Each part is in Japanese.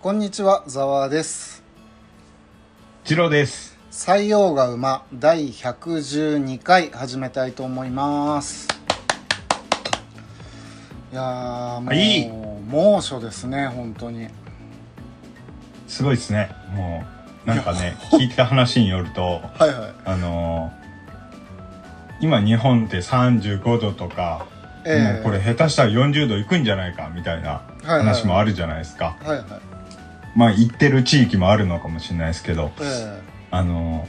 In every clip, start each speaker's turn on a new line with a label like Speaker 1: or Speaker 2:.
Speaker 1: こんにちは、ざわです。
Speaker 2: ジローです。
Speaker 1: 採用が馬第112回始めたいと思います。いやーもう
Speaker 2: いい
Speaker 1: 猛暑ですね、本当に。
Speaker 2: すごいですね。もう、なんかね、聞いた話によると、
Speaker 1: はいはい。
Speaker 2: あのー今日本って35度とか、もうこれ下手したら40度いくんじゃないかみたいな
Speaker 1: はい
Speaker 2: 話
Speaker 1: あ
Speaker 2: もあるじゃないですか。
Speaker 1: はいはい。
Speaker 2: まあ、行ってる地域もあるのかもしれないですけど、
Speaker 1: ええ
Speaker 2: あの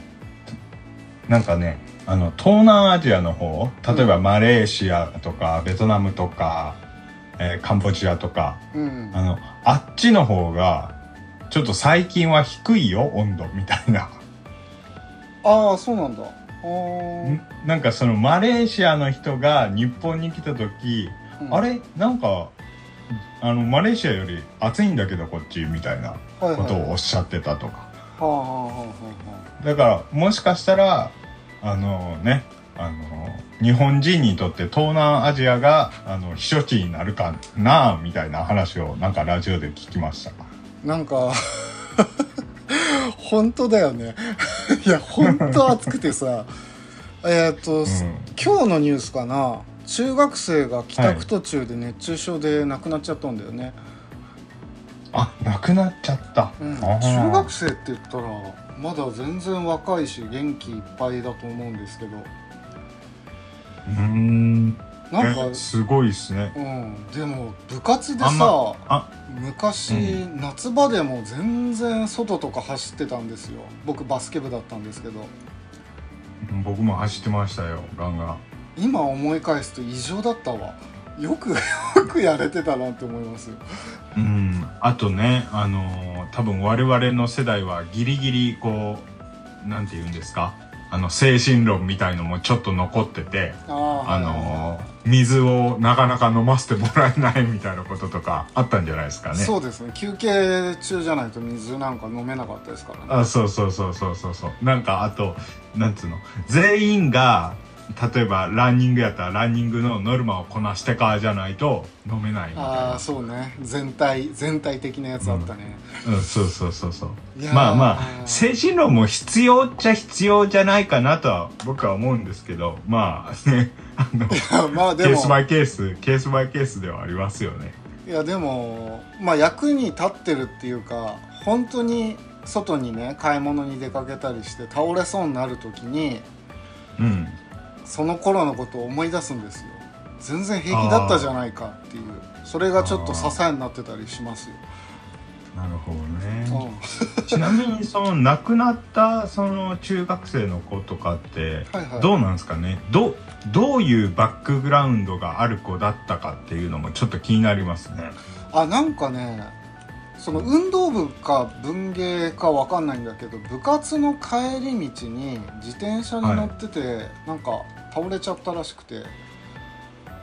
Speaker 2: ーなんかね、あの、東南アジアの方、例えばマレーシアとか、ベトナムとか、えーカンボジアとか、
Speaker 1: うん。
Speaker 2: あの、あっちの方が、ちょっと最近は低いよ、温度、みたいな。
Speaker 1: ああ、そうなんだ。あー
Speaker 2: なんかそのマレーシアの人が日本に来た時、
Speaker 1: うん
Speaker 2: あれなんか、あの、マレーシアより暑いんだけど、こっち、みたいな
Speaker 1: はい
Speaker 2: こと
Speaker 1: はい
Speaker 2: をおっしゃってたとか。
Speaker 1: はあはあはあは
Speaker 2: だから、もしかしたら、あのね、あの、日本人にとって東南アジアが、あの、避暑地になるかな、みたいな話を、なんかラジオで聞きました。
Speaker 1: あなんか 本当だよねいや本当暑くてさえーっと、
Speaker 2: う
Speaker 1: 今日のニュースかな中学生が帰宅途中で熱中症で亡くなっちゃったんだよね、
Speaker 2: ん。あ、なくなっちゃった。
Speaker 1: うん、
Speaker 2: あー
Speaker 1: 中学生って言ったらまだ全然若いし元気いっぱいだと思うんですけど
Speaker 2: うーん
Speaker 1: なんか
Speaker 2: えすごいですね
Speaker 1: うんでも部活で
Speaker 2: あん
Speaker 1: さ
Speaker 2: まあ
Speaker 1: 昔、
Speaker 2: う
Speaker 1: 夏場でも全然外とか走ってたんですよ僕バスケ部だったんですけど
Speaker 2: 僕も走ってましたよガンガン
Speaker 1: 今思い返すと異常だったわよくよくやれてたなって思います
Speaker 2: うんあとねあのー多分我々の世代はギリギリこうなんて言うんですかあの精神論みたいのもちょっと残ってて
Speaker 1: ああ
Speaker 2: あのー水をなかなか飲ませてもらえないみたいなこととかあったんじゃないですかね
Speaker 1: そうですね休憩中じゃないと水なんか飲めなかったですからね
Speaker 2: あそうそうそうそうそうそうなんかあとなんつうの全員が例えばランニングやったらランニングのノルマをこなしてからじゃないと飲めないみたい
Speaker 1: あ
Speaker 2: な
Speaker 1: あそうね全体全体的なやつあったね、
Speaker 2: うん、そうそうそうそう
Speaker 1: いやー
Speaker 2: まあまあ精神論も必要っちゃ必要じゃないかなとは僕は思うんですけどまあねあのケ
Speaker 1: まあで
Speaker 2: ースバ
Speaker 1: も
Speaker 2: イケースケースバイケースではありますよね
Speaker 1: いやでもまあ役に立ってるっていうか本当に外にね買い物に出かけたりして倒れそうになる時に
Speaker 2: うん
Speaker 1: その頃のことを思い出すんですよ全然平気だったじゃないかっていうそれがちょっと支えになってたりしますよ、
Speaker 2: なるほどね
Speaker 1: うん、
Speaker 2: ちなみにその亡くなったその中学生の子とかって
Speaker 1: はいはい
Speaker 2: どうなんですかねどどういうバックグラウンドがある子だったかっていうのもちょっと気になりますね。
Speaker 1: あなんかねその運動部か文芸かわかんないんだけど部活の帰り道に自転車に乗ってて、なんか倒れちゃったらしくて
Speaker 2: う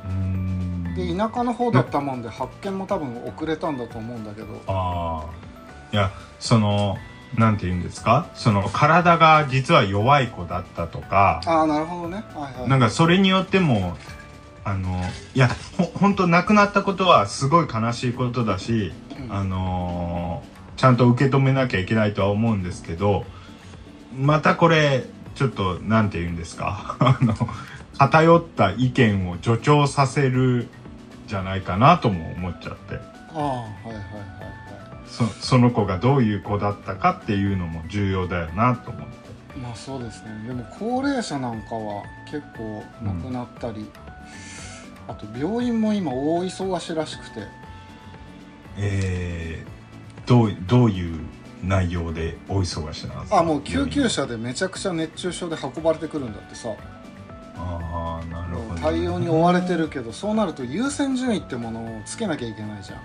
Speaker 2: ーん
Speaker 1: で田舎の方だったもんで発見も多分遅れたんだと思うんだけど
Speaker 2: あーいやそのなんて言うんですかその体が実は弱い子だったとか
Speaker 1: ああなるほどねはいはい
Speaker 2: なんかそれによってもあのいやほほんと亡くなったことはすごい悲しいことだし
Speaker 1: うん
Speaker 2: あのーちゃんと受け止めなきゃいけないとは思うんですけどまたこれちょっとなんて言うんですか あの偏った意見を助長させるじゃないかなとも思っちゃって
Speaker 1: ああはいはいはいは
Speaker 2: そその子がどういう子だったかっていうのも重要だよなと思って
Speaker 1: いまあそうですねでも高齢者なんかは結構亡くなったり、あと病院も今大忙しらしくて
Speaker 2: えー、どうどういう内容でお忙しなんですか
Speaker 1: あもう救急車でめちゃくちゃ熱中症で運ばれてくるんだってさ
Speaker 2: ああなるほど、
Speaker 1: 対応に追われてるけどそうなると優先順位ってものをつけなきゃいけないじゃん、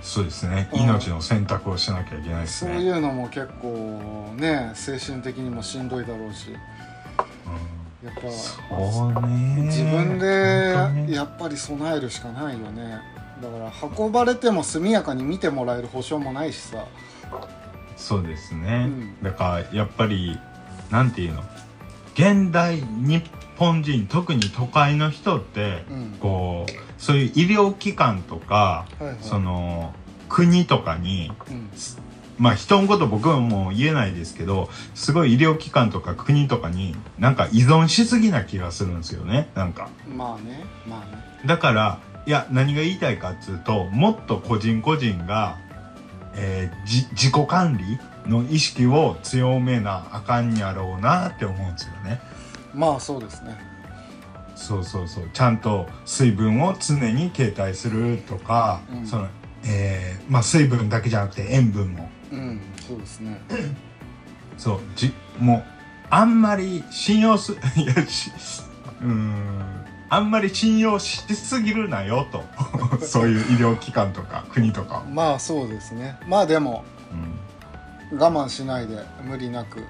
Speaker 2: そうですね
Speaker 1: うん
Speaker 2: 命の選択をしなきゃいけないです
Speaker 1: そう
Speaker 2: ね
Speaker 1: いうのも結構ね精神的にもしんどいだろうし
Speaker 2: うん
Speaker 1: やっぱ
Speaker 2: そうね
Speaker 1: 自分
Speaker 2: 本当
Speaker 1: で
Speaker 2: ね
Speaker 1: やっぱり備えるしかないよねだから運ばれても速やかに見てもらえる保証もないしさ
Speaker 2: そうです
Speaker 1: う
Speaker 2: ね、
Speaker 1: ん
Speaker 2: だからやっぱりなんていうの現代日本人特に都会の人って
Speaker 1: うん
Speaker 2: こうそういう医療機関とか
Speaker 1: はいはい
Speaker 2: その国とかに
Speaker 1: うん
Speaker 2: まあ人のこと僕はもう言えないですけどすごい医療機関とか国とかになんか依存しすぎな気がするんですよねなんか
Speaker 1: まあねまあね
Speaker 2: だからいや何が言いたいかっつうともっと個人個人が、えーじ自己管理の意識を強めなあかんやろうなって思うんですよね
Speaker 1: まあそうですね
Speaker 2: そうそうそうちゃんと水分を常に携帯するとか、
Speaker 1: うん
Speaker 2: そのえーまあ、水分だけじゃなくて塩分も
Speaker 1: うんそうですね
Speaker 2: そうじもうあんまり信用す いやしうーんあんまり信用しすぎるなよと そういう医療機関とか国とか、
Speaker 1: まあそうですねまあでも
Speaker 2: うん、
Speaker 1: 我慢しないで無理なく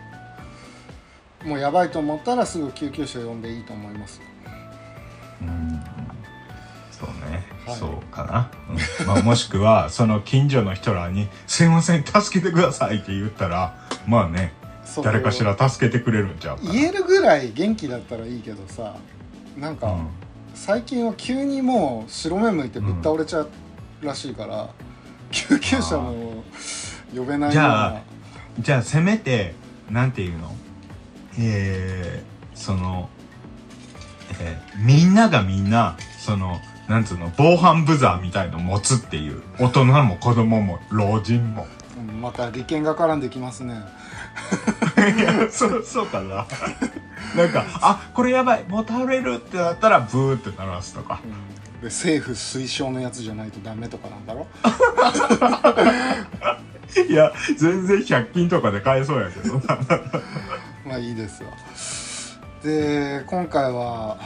Speaker 1: もうやばいと思ったらすぐ救急車呼んでいいと思います
Speaker 2: うんそうね、
Speaker 1: はい
Speaker 2: そうかな、うんまあ、もしくはその近所の人らに「すいません助けてください」って言ったらまあね
Speaker 1: それを
Speaker 2: 誰かしら助けてくれるんちゃうかな
Speaker 1: 言えるぐらい元気だったらいいけどさなん
Speaker 2: う
Speaker 1: か、
Speaker 2: ん
Speaker 1: 最近は急にもう白目向いてぶっ倒れちゃうらしいから、救急車も呼べない
Speaker 2: じ
Speaker 1: よう
Speaker 2: ゃ
Speaker 1: な
Speaker 2: あじゃあせめてなんていうのえー、その、えーみんながみんなそのなんつうの防犯ブザーみたいの持つっていう大人も子供も老人も
Speaker 1: うんまた利権が絡んできますね
Speaker 2: いや そうそうかななんかあこれやばいもう倒れるってなったらブーって鳴らすとか
Speaker 1: で政府推奨のやつじゃないとダメとかなんだろ
Speaker 2: いや全然100均とかで買えそうやけど な
Speaker 1: まあいいですよで今回は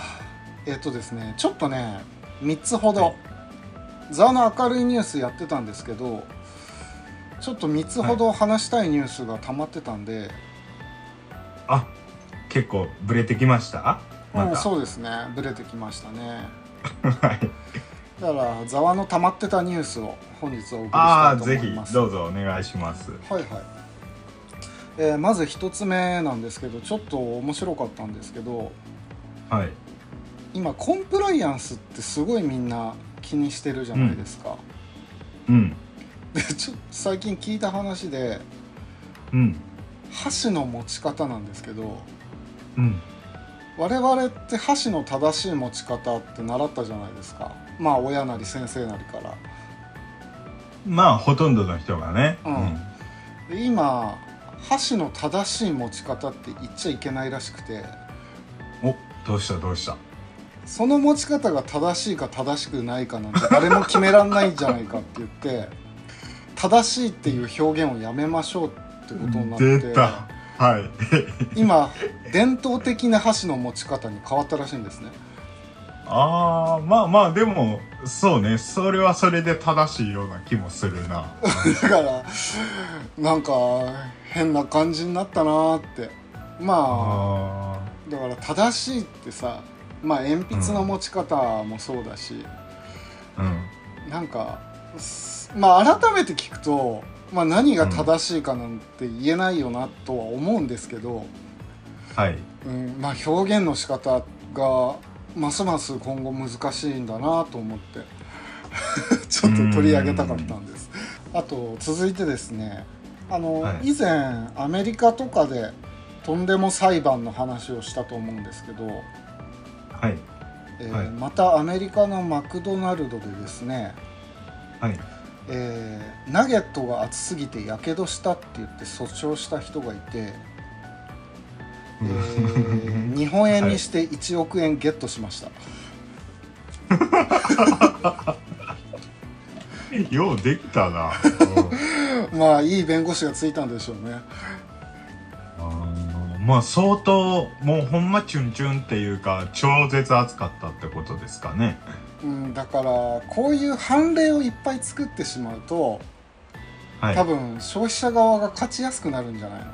Speaker 1: えっとですねちょっとね3つほ
Speaker 2: は
Speaker 1: ど「ザの明るいニュース」やってたんですけどちょっと3つほど話したいニュースが溜まってたんで、
Speaker 2: あ結構ブレてきましたま
Speaker 1: う
Speaker 2: た
Speaker 1: ん、そうですねブレてきましたね
Speaker 2: はい
Speaker 1: だからざわの溜まってたニュースを本日お送りした
Speaker 2: あ
Speaker 1: い
Speaker 2: あ
Speaker 1: と
Speaker 2: ぜ
Speaker 1: 思い
Speaker 2: ひ
Speaker 1: ます
Speaker 2: どうぞお願いします
Speaker 1: はいはい、えーまず一つ目なんですけどちょっと面白かったんですけど
Speaker 2: はい
Speaker 1: 今コンプライアンスってすごいみんな気にしてるじゃないですか、
Speaker 2: うん
Speaker 1: でちょ最近聞いた話で
Speaker 2: うん
Speaker 1: 箸の持ち方なんですけど
Speaker 2: うん
Speaker 1: 我々って箸の正しい持ち方って習ったじゃないですかまあ親なり先生なりから
Speaker 2: まあほとんどの人がね、
Speaker 1: うんで今箸の正しい持ち方って言っちゃいけないらしくて
Speaker 2: うんおどうしたどうした
Speaker 1: その持ち方が正しいか正しくないかなんて誰も決めらんないんじゃないかって言って正しいっていう表現をやめましょうってことになって
Speaker 2: 出たはい
Speaker 1: 今伝統的な箸の持ち方に変わったらしいんですね
Speaker 2: ああまあまあでもそうねそれはそれで正しいような気もするな
Speaker 1: だからなんか変な感じになったなーってま
Speaker 2: あ
Speaker 1: あだから正しいってさまあ鉛筆の持ち方もそうだし、
Speaker 2: ーうん
Speaker 1: なんかすまあ改めて聞くと、まあ、何が正しいかなんて言えないよなとは思うんですけど、
Speaker 2: はい
Speaker 1: うんまあ、表現の仕方がますます今後難しいんだなと思って ちょっと取り上げたかったんです。あと続いてですねあの、
Speaker 2: はい
Speaker 1: 以前アメリカとかでとんでも裁判の話をしたと思うんですけど、
Speaker 2: はい
Speaker 1: えー
Speaker 2: はい
Speaker 1: またアメリカのマクドナルドでですね
Speaker 2: はい
Speaker 1: えーナゲットが熱すぎてやけどしたって言って訴訟した人がいて、えー日本円にして1億円ゲットしました、
Speaker 2: ようできたな
Speaker 1: まあいい弁護士がついたんでしょうね
Speaker 2: うんあーまあ相当もうほんまチュンチュンっていうか超絶熱かったってことですかね
Speaker 1: うん、だからこういう判例をいっぱい作ってしまうと
Speaker 2: はい
Speaker 1: 多分消費者側が勝ちやすくなるんじゃないの、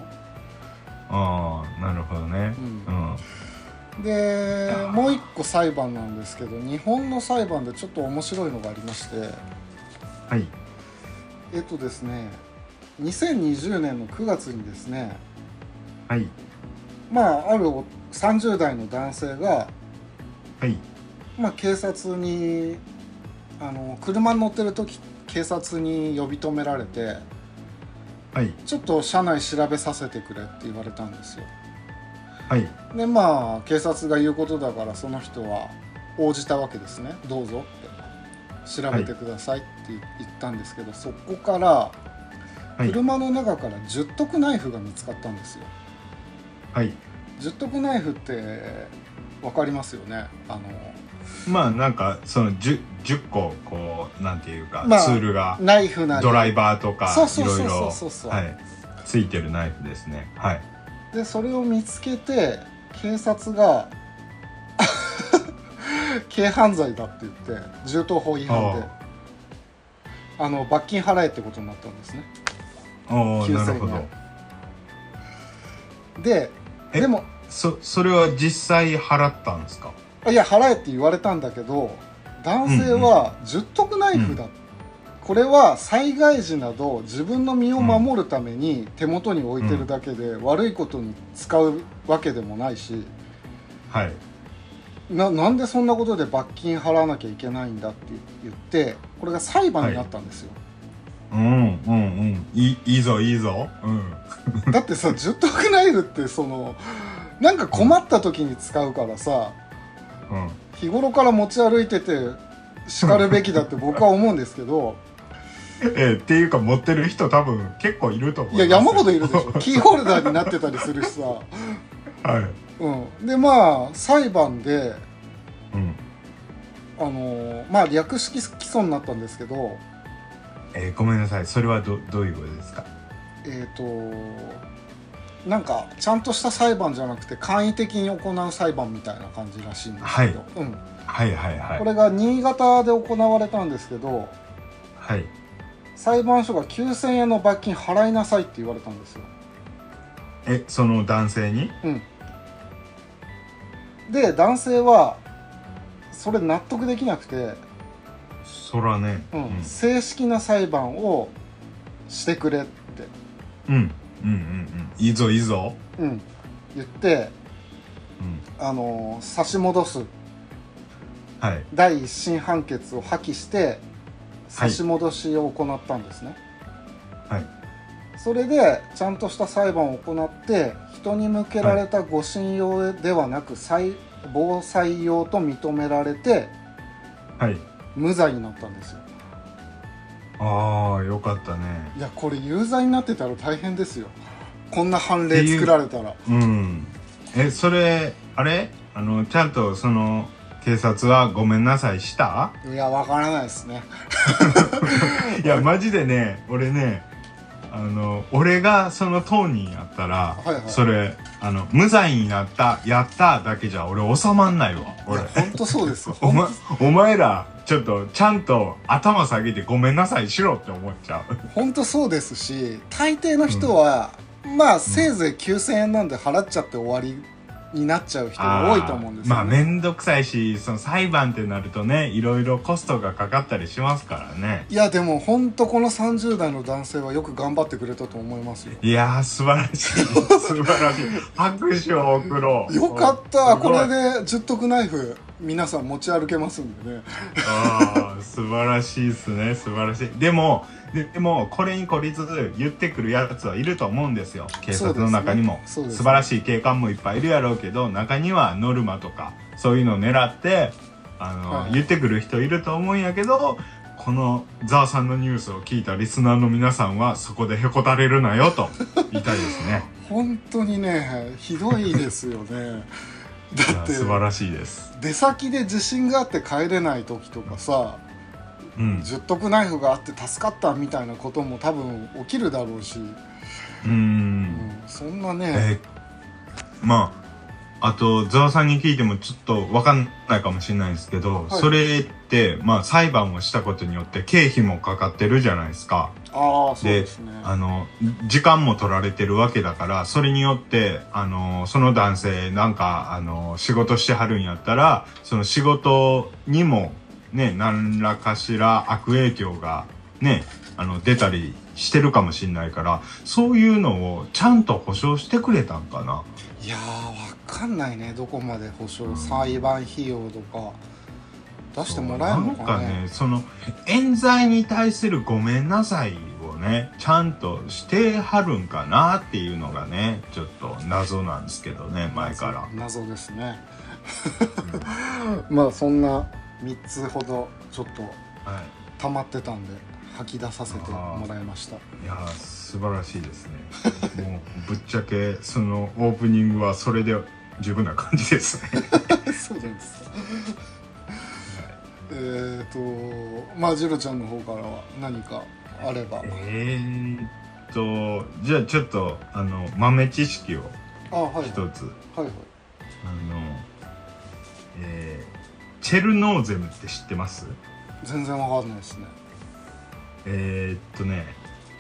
Speaker 2: ああなるほどね
Speaker 1: うん
Speaker 2: うん
Speaker 1: でもう一個裁判なんですけど日本の裁判でちょっと面白いのがありまして
Speaker 2: はい
Speaker 1: えっとですね2020年の9月にですね
Speaker 2: はい
Speaker 1: まあ、あるお30代の男性が、
Speaker 2: はい
Speaker 1: まあ、警察にあの車に乗ってる時警察に呼び止められて
Speaker 2: はい
Speaker 1: ちょっと車内調べさせてくれって言われたんですよ
Speaker 2: はい
Speaker 1: でまあ警察が言うことだからその人は応じたわけですねどうぞって調べてくださいって言ったんですけど、そこから
Speaker 2: はい
Speaker 1: 車の中から十徳ナイフが見つかったんですよ
Speaker 2: はい
Speaker 1: 十徳ナイフって分かりますよねあの
Speaker 2: まあなんかその 10, 10個こうなんていうか、
Speaker 1: まあ
Speaker 2: ツールが
Speaker 1: ナイフなり
Speaker 2: ドライバーとか
Speaker 1: そうそ
Speaker 2: いうろ
Speaker 1: そ
Speaker 2: いう
Speaker 1: そう
Speaker 2: ろ
Speaker 1: そうそう、
Speaker 2: はいついてるナイフですねはい
Speaker 1: でそれを見つけて警察が 軽犯罪だって言って銃刀法違反であの罰金払えってことになったんですね
Speaker 2: おお
Speaker 1: 救済
Speaker 2: なるほ
Speaker 1: の
Speaker 2: ど
Speaker 1: で
Speaker 2: え
Speaker 1: でも
Speaker 2: そそれは実際払ったんですか
Speaker 1: いや払えって言われたんだけど男性は十徳ナイフだ、これは災害時など自分の身を守るために手元に置いてるだけで、悪いことに使うわけでもないし
Speaker 2: はい
Speaker 1: ななんでそんなことで罰金払わなきゃいけないんだって言ってこれが裁判になったんですよ、
Speaker 2: うんうんうんいいいいぞいいぞうん
Speaker 1: だってさ十徳ナイフってそのなんか困った時に使うからさ
Speaker 2: うん
Speaker 1: 日頃から持ち歩いてて叱るべきだって僕は思うんですけど
Speaker 2: えっていうか持ってる人多分結構いると思い
Speaker 1: い
Speaker 2: ます
Speaker 1: や
Speaker 2: よ
Speaker 1: 山ほどいるでしょキーホルダーになってたりするしさ、
Speaker 2: はい、
Speaker 1: うん、でまあ裁判で
Speaker 2: うん、
Speaker 1: あのまあ略式起訴になったんですけど
Speaker 2: えーごめんなさいそれはどどういうことですか
Speaker 1: えっ、となんかちゃんとした裁判じゃなくて簡易的に行う裁判みたいな感じらしいんですけど、
Speaker 2: は
Speaker 1: うん、
Speaker 2: はいはいはい
Speaker 1: これが新潟で行われたんですけど
Speaker 2: はい
Speaker 1: 裁判所が9000円の罰金払いなさいって言われたんですよ
Speaker 2: えその男性に
Speaker 1: で男性はそれ納得できなくて、
Speaker 2: そらね
Speaker 1: うん正式な裁判をしてくれって、
Speaker 2: うん、うんうんうんうんいいぞいいぞ
Speaker 1: うん、言って
Speaker 2: うん
Speaker 1: あの差し戻す
Speaker 2: はい
Speaker 1: 第一審判決を破棄して差し戻しを行ったんですね、
Speaker 2: はい
Speaker 1: それでちゃんとした裁判を行って人に向けられた護身用ではなく、再防災用と認められて
Speaker 2: はい
Speaker 1: 無罪になったんですよ
Speaker 2: ああよかったね
Speaker 1: いやこれ有罪になってたら大変ですよこんな判例作られたら
Speaker 2: うんえそれあれあのちゃんとその警察はごめんなさいした
Speaker 1: いやわからないですね
Speaker 2: いやマジでね俺ねあの俺がその当人やったら、
Speaker 1: はいはい
Speaker 2: それあの無罪になったやっただけじゃ俺収まんないわ
Speaker 1: いや
Speaker 2: 俺
Speaker 1: 本当そうですよ
Speaker 2: お,、ま、お前らちょっとちゃんと頭下げてごめんなさいしろって思っちゃう
Speaker 1: 本当そうですし大抵の人は、まあせいぜい9,000円なんで払っちゃって終わりになっちゃう人が多いと思うんです
Speaker 2: あ
Speaker 1: よ
Speaker 2: ーまあ
Speaker 1: ね。
Speaker 2: 面倒くさいしその裁判ってなるとねいろいろコストがかかったりしますからね
Speaker 1: いやでも本当この30代の男性はよく頑張ってくれたと思いますよ。
Speaker 2: いやー素 晴らしい素晴らしい拍手を送ろう
Speaker 1: よかった
Speaker 2: うん
Speaker 1: これ
Speaker 2: すごい
Speaker 1: で十徳ナイフ皆さん持ち歩けますんでね。
Speaker 2: ああ、素晴らしいですね。素晴らしい。でも、ででも、これに懲りずつ言ってくるやつはいると思うんですよ。警察の中にも。
Speaker 1: そうですねそうですね
Speaker 2: 素晴らしい警官もいっぱいいるやろうけど、中にはノルマとか、そういうのを狙って、あの、
Speaker 1: はい
Speaker 2: 言ってくる人いると思うんやけど、このザワさんのニュースを聞いたリスナーの皆さんは、そこでへこたれるなよと言いたいですね。
Speaker 1: 本当にねひどいですよ ね。
Speaker 2: い
Speaker 1: だ
Speaker 2: や
Speaker 1: って
Speaker 2: 素晴らしいです。
Speaker 1: 出先で地震があって帰れない時とかさ
Speaker 2: うん。
Speaker 1: 十徳ナイフがあって助かったみたいなことも多分起きるだろうし。
Speaker 2: うー
Speaker 1: う
Speaker 2: ん
Speaker 1: んそんなね、
Speaker 2: えーまああとざわさんに聞いてもちょっと分かんないかもしれないですけど、
Speaker 1: い
Speaker 2: それって、まあ、裁判をしたことによって経費もかかってるじゃないですか
Speaker 1: ああそうですね
Speaker 2: あの時間も取られてるわけだからそれによってあのその男性なんかあの仕事してはるんやったらその仕事にもね何らかしら悪影響がねあの出たりしてるかもしれないからそういうのをちゃんと保証してくれたんかない
Speaker 1: やーわかんないねどこまで保証裁判費用とか出してもらえるのかね
Speaker 2: なんかねその冤罪に対する「ごめんなさい」をねちゃんとしてはるんかなっていうのがねちょっと謎なんですけどね前から
Speaker 1: 謎ですね まあそんな3つほどちょっと
Speaker 2: は
Speaker 1: 溜まってたんで吐き出させてもらいました
Speaker 2: いいやー素晴らしいですね もうぶっちゃけそのオープニングはそれで十分な感じですね
Speaker 1: そうなんですかえーとまあジロちゃんの方からは何かあれば
Speaker 2: えーっとじゃあちょっとあの豆知識を
Speaker 1: あはいはい
Speaker 2: 一つ
Speaker 1: はいはい
Speaker 2: あの、えーチェルノーゼムって知ってます
Speaker 1: 全然わかんないですね
Speaker 2: えーっとね、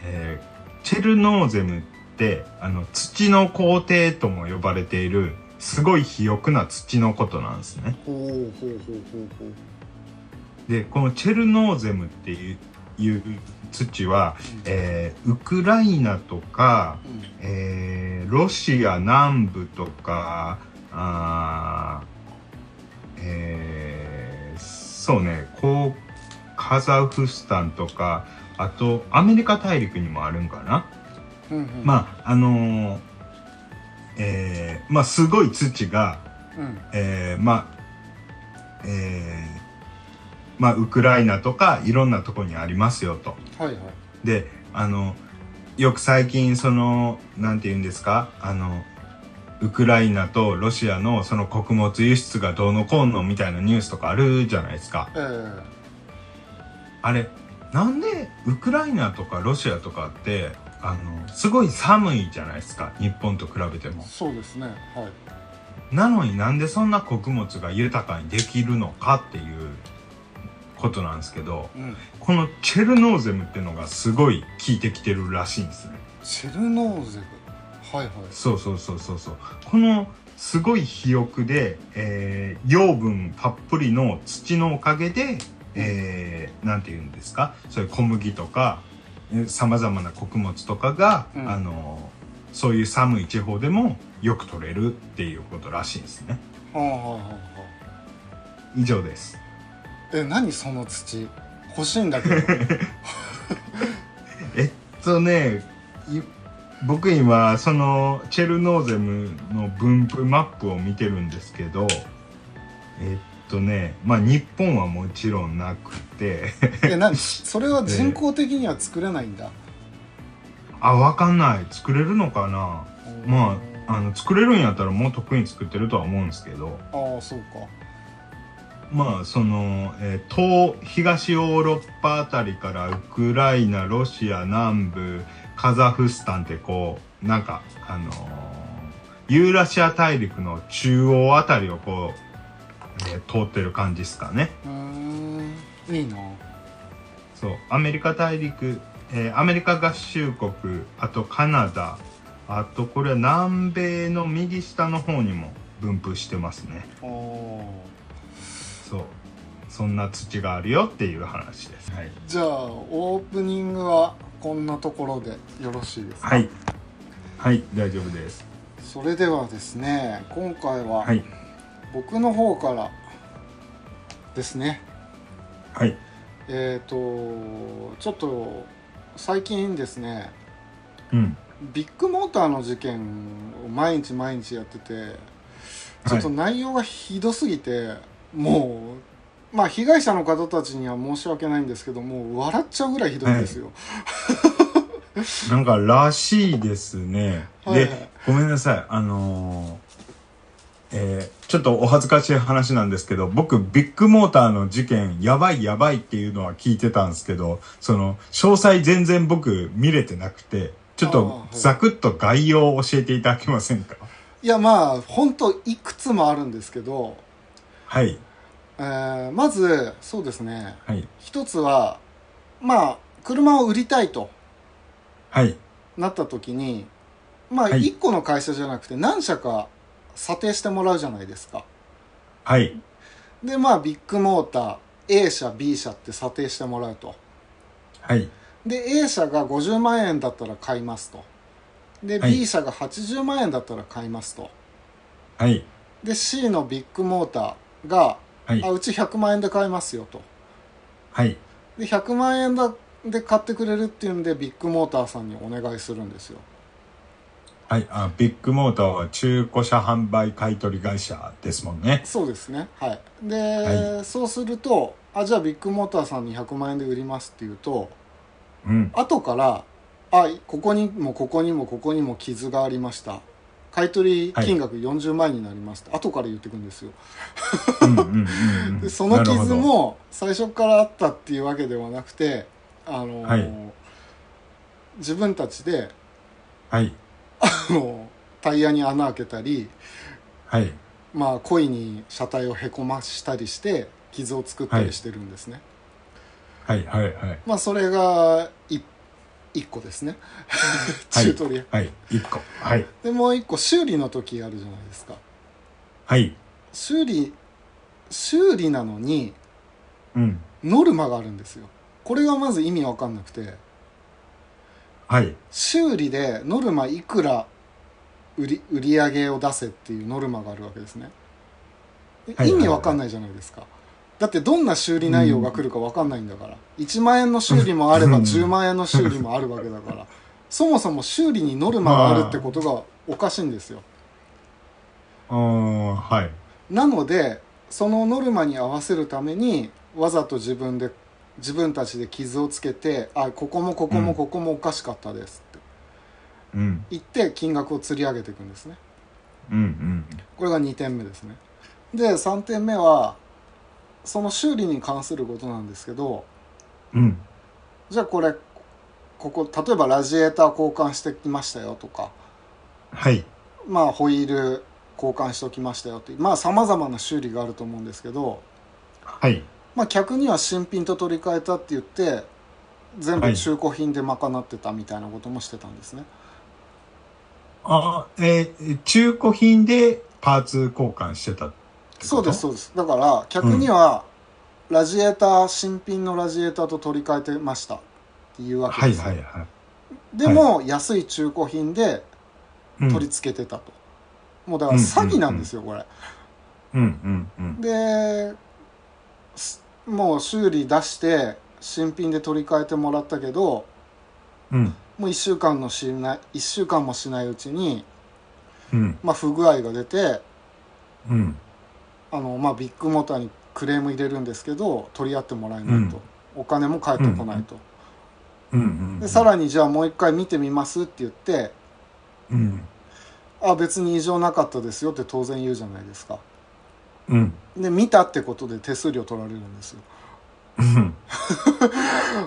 Speaker 2: えーチェルノーゼムってあの土の皇帝とも呼ばれているすごい肥沃な土のことなんですね。
Speaker 1: ほうほうほうほうほう
Speaker 2: でこのチェルノーゼムっていういう土は、えーウクライナとか、
Speaker 1: うん
Speaker 2: えーロシア南部とかあー、えーそうねこうカザフスタンとかあとアメリカ大陸にもあるんかな、
Speaker 1: うんうん
Speaker 2: まああのーえーまあすごい土が、
Speaker 1: うん
Speaker 2: えーまあえーまあウクライナとかいろんなとこにありますよと。
Speaker 1: はいはい
Speaker 2: であのよく最近そのなんて言うんですかあのウクライナとロシアのその穀物輸出がどうのこうのみたいなニュースとかあるじゃないですか
Speaker 1: えー、
Speaker 2: あれなんでウクライナとかロシアとかってあのすごい寒いじゃないですか日本と比べても
Speaker 1: そうですねはい
Speaker 2: なのになんでそんな穀物が豊かにできるのかっていうことなんですけど
Speaker 1: うん
Speaker 2: このチェルノーゼムってのがすごい効いてきてるらしいんですね
Speaker 1: チェルノーゼブはいはい
Speaker 2: そうそうそうそうそうこのすごい肥沃で、えー養分たっぷりの土のおかげで、えーなんて言うんですかそういう小麦とかさまざまな穀物とかが、
Speaker 1: うん
Speaker 2: あのそういう寒い地方でもよく取れるっていうことらしいんですね
Speaker 1: はあはあはあはあ
Speaker 2: 以上です
Speaker 1: え何その土欲しいんだけど
Speaker 2: えっとねい僕今そのチェルノーゼムの分布マップを見てるんですけどえっとねまあ日本はもちろんなくて
Speaker 1: え何それは人工的には作れないんだ、
Speaker 2: あわかんない作れるのかなまああ
Speaker 1: あ
Speaker 2: の作れるんやったらもう得意に作ってるとは思うんですけど
Speaker 1: あーそうか
Speaker 2: まあその、えー東東ヨーロッパあたりからウクライナロシア南部カザフスタンってこうなんかあのーユーラシア大陸の中央あたりをこう、えー通ってる感じですかね
Speaker 1: うーんいいな
Speaker 2: そうアメリカ大陸、えーアメリカ合衆国あとカナダあとこれは南米の右下の方にも分布してますね
Speaker 1: あー
Speaker 2: そうそんな土があるよっていう話ですはい
Speaker 1: じゃあオープニングはこんなところでよろしいですか、
Speaker 2: はい。はい、大丈夫です。
Speaker 1: それではですね今回は
Speaker 2: はい。
Speaker 1: 僕の方からですね、
Speaker 2: はい。
Speaker 1: えー、とちょっと最近ですね
Speaker 2: うん。
Speaker 1: ビッグモーターの事件を毎日毎日やっててちょっと
Speaker 2: はい
Speaker 1: 内容がひどすぎて、もうまあ被害者の方たちには申し訳ないんですけどもう笑っちゃうぐらいひどいんですよ。
Speaker 2: なんか、らしいですね。
Speaker 1: はい
Speaker 2: で、ごめんなさい。あのーえーちょっとお恥ずかしい話なんですけど、僕、ビッグモーターの事件、やばいやばいっていうのは聞いてたんですけど、その、詳細全然僕見れてなくて、ちょっと
Speaker 1: あーはい
Speaker 2: ざくっと概要を教えていただけませんか
Speaker 1: いやまあ本当いくつもあるんですけど、
Speaker 2: はい。
Speaker 1: えーまずそうですね
Speaker 2: はい。
Speaker 1: 一つはまあ車を売りたいと
Speaker 2: はい。
Speaker 1: なった時にまあ
Speaker 2: はい
Speaker 1: 1個の会社じゃなくて何社か査定してもらうじゃないですか
Speaker 2: はい。
Speaker 1: でまあビッグモーター A 社 B 社って査定してもらうと
Speaker 2: はい。
Speaker 1: で A 社が50万円だったら買いますとで
Speaker 2: はい
Speaker 1: B 社が80万円だったら買いますと
Speaker 2: はい。
Speaker 1: で C のビッグモーターが
Speaker 2: はい
Speaker 1: あうち100万円で買いますよと
Speaker 2: はい
Speaker 1: で100万円だで買ってくれるっていうんでビッグモーターさんにお願いするんですよ
Speaker 2: はいあビッグモーターは中古車販売買取会社ですもんね
Speaker 1: そうですねはいで、
Speaker 2: は
Speaker 1: そうするとあじゃあビッグモーターさんに100万円で売りますっていうと
Speaker 2: うん
Speaker 1: 後からあここにもここにもここにも傷がありました買取金額40万円になりますって後から言ってくんですよ
Speaker 2: うんうんうんうん
Speaker 1: でその傷
Speaker 2: なるほ
Speaker 1: も最初からあったっていうわけではなくてあのー
Speaker 2: はい
Speaker 1: 自分たちで
Speaker 2: どはい
Speaker 1: あのタイヤに穴開けたり、
Speaker 2: はい
Speaker 1: まあ、故意に車体をへこましたりして傷を作ったりしてるんですね、
Speaker 2: はいはいはい
Speaker 1: まあそれがい一個ですね
Speaker 2: はい
Speaker 1: 中取り、
Speaker 2: はい一個はい
Speaker 1: でもう一個修理の時あるじゃないですか
Speaker 2: はい
Speaker 1: 修理修理なのに
Speaker 2: うん
Speaker 1: ノルマがあるんですよこれがまず意味わかんなくて
Speaker 2: はい
Speaker 1: 修理でノルマいくら売り売り上げを出せっていうノルマがあるわけですねで
Speaker 2: は
Speaker 1: 意
Speaker 2: いはいはい
Speaker 1: 味わかんないじゃないですか、だってどんな修理内容が来るかわかんないんだから、1万円の修理もあれば
Speaker 2: うん
Speaker 1: 10万円の修理もあるわけだからそもそも修理にノルマがあるってことがおかしいんですよ
Speaker 2: あーはい
Speaker 1: なのでそのノルマに合わせるためにわざと自分で自分たちで傷をつけてあここもここもここもおかしかったですって
Speaker 2: うん
Speaker 1: 言って金額を釣り上げていくんですね
Speaker 2: うんうん
Speaker 1: これが2点目ですねで3点目はその修理に関することなんですけど
Speaker 2: うん
Speaker 1: じゃあこれここ例えばラジエーター交換してきましたよとか
Speaker 2: はい
Speaker 1: まあホイール交換しておきましたよってまあさまざまな修理があると思うんですけど、
Speaker 2: はい
Speaker 1: まあ、客には新品と取り替えたって言って全
Speaker 2: は
Speaker 1: 部
Speaker 2: い
Speaker 1: 中古品で賄ってたみたいなこともしてたんですね、
Speaker 2: あーえー中古品でパーツ交換してたってこと
Speaker 1: そうですそうですだから客にはラジエーター新品のラジエーターと取り替えてましたっていうわけ
Speaker 2: は
Speaker 1: で
Speaker 2: い
Speaker 1: すよ、
Speaker 2: はいはい
Speaker 1: でも、安い中古品で
Speaker 2: うん
Speaker 1: 取り付けてたと、もうだから詐欺なんですよ、こ
Speaker 2: うんうんうん
Speaker 1: れですもう修理出して新品で取り替えてもらったけど
Speaker 2: うん
Speaker 1: もう1週間のしない1週間もしないうちに、
Speaker 2: うん
Speaker 1: まあ、不具合が出て
Speaker 2: うん
Speaker 1: あの、まあ、ビッグモーターにクレーム入れるんですけど取り合ってもらえないと、お金も返ってこないと、
Speaker 2: うんうん
Speaker 1: でさらにじゃあもう一回見てみますって言って
Speaker 2: うん
Speaker 1: あ別に異常なかったですよって当然言うじゃないですか
Speaker 2: うん
Speaker 1: で見たってことで手数料取られるんですよ
Speaker 2: うん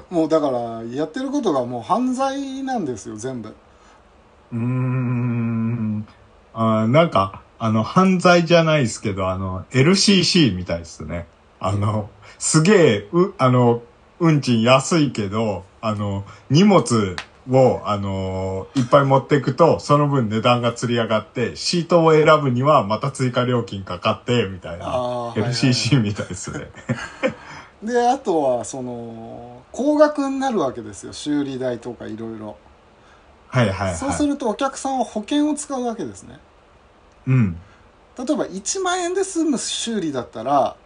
Speaker 1: もうだからやってることがもう犯罪なんですよ全部
Speaker 2: うーんあーなんかあの犯罪じゃないですけどあの LCC みたいですねあのすげえうあの運賃安いけどあの荷物をあのいっぱい持っていくとその分値段が釣り上がってシートを選ぶにはまた追加料金かかってみたいな
Speaker 1: あーはいはい
Speaker 2: LCC みたいですね
Speaker 1: であとはその高額になるわけですよ修理代とかいろいろ
Speaker 2: はいはいはい
Speaker 1: そうするとお客さんは保険を使うわけですね
Speaker 2: うん
Speaker 1: 例えば1万円で済む修理だったら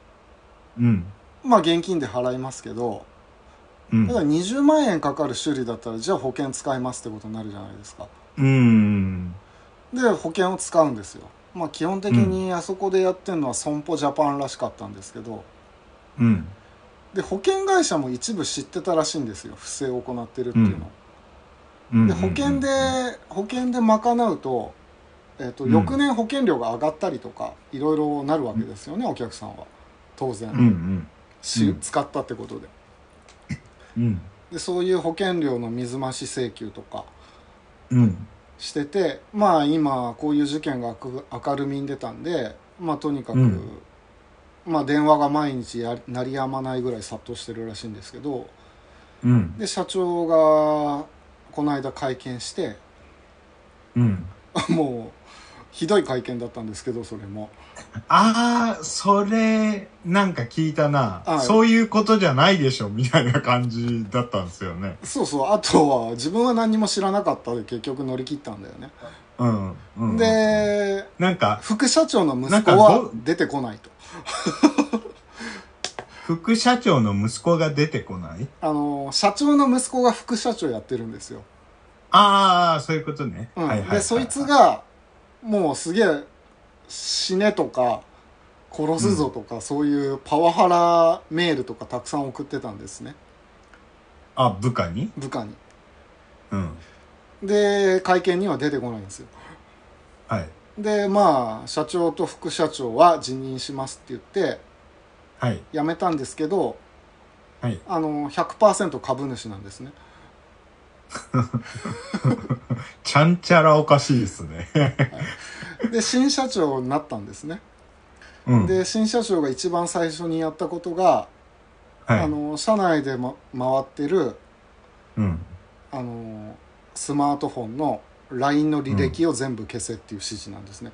Speaker 2: うん
Speaker 1: まあ現金で払いますけど
Speaker 2: うん
Speaker 1: ただ20万円かかる修理だったらじゃあ保険使いますってことになるじゃないですか
Speaker 2: うん
Speaker 1: で保険を使うんですよまあ基本的にあそこでやってるのは損保ジャパンらしかったんですけど、
Speaker 2: うん
Speaker 1: で保険会社も一部知ってたらしいんですよ不正を行ってるっていうの、
Speaker 2: うん
Speaker 1: で保険で保険で賄うと,、えー、と
Speaker 2: うん
Speaker 1: 翌年保険料が上がったりとかいろいろなるわけですよね、お客さんは当然、
Speaker 2: うん
Speaker 1: し
Speaker 2: うん
Speaker 1: 使ったってことで
Speaker 2: うんうん
Speaker 1: でそういう保険料の水増し請求とか
Speaker 2: うん
Speaker 1: しててまあ今こういう事件が明明るみに出たんでまあとにかく、
Speaker 2: うん
Speaker 1: まあ電話が毎日や鳴りやまないぐらい殺到してるらしいんですけど
Speaker 2: うん
Speaker 1: で社長がこの間会見して
Speaker 2: うん
Speaker 1: もうひどい会見だったんですけどそれも
Speaker 2: ああそれなんか聞いたな
Speaker 1: はい
Speaker 2: そういうことじゃないでしょみたいな感じだったんですよね
Speaker 1: そうそうあとは自分は何も知らなかったで結局乗り切ったんだよね、
Speaker 2: うんうん
Speaker 1: で
Speaker 2: なんか
Speaker 1: 副社長の息
Speaker 2: なんか
Speaker 1: 子は
Speaker 2: ど
Speaker 1: 出てこないと
Speaker 2: 副社長の息子が出てこない
Speaker 1: あの社長の息子が副社長やってるんですよ、
Speaker 2: ああ、そういうことね。
Speaker 1: うん
Speaker 2: はいはいはい
Speaker 1: でそいつ、がもうすげえ死ねとか殺すぞとか、そういうパワハラメールとかたくさん送ってたんですね
Speaker 2: あ、部下に
Speaker 1: 部下に
Speaker 2: うん。
Speaker 1: で会見には出てこないんですよ
Speaker 2: はい。
Speaker 1: でまあ社長と副社長は辞任しますって言って
Speaker 2: はい。
Speaker 1: 辞めたんですけど
Speaker 2: はい。
Speaker 1: あの100%株主なんですね
Speaker 2: ちゃんちゃらおかしいですね。
Speaker 1: で新社長になったんですね
Speaker 2: うん。
Speaker 1: で新社長が一番最初にやったことが、
Speaker 2: はい、
Speaker 1: あの社内で、ま、回ってる
Speaker 2: うん。
Speaker 1: あのスマートフォンの LINE の履歴を全部消せっていう指示なんですね、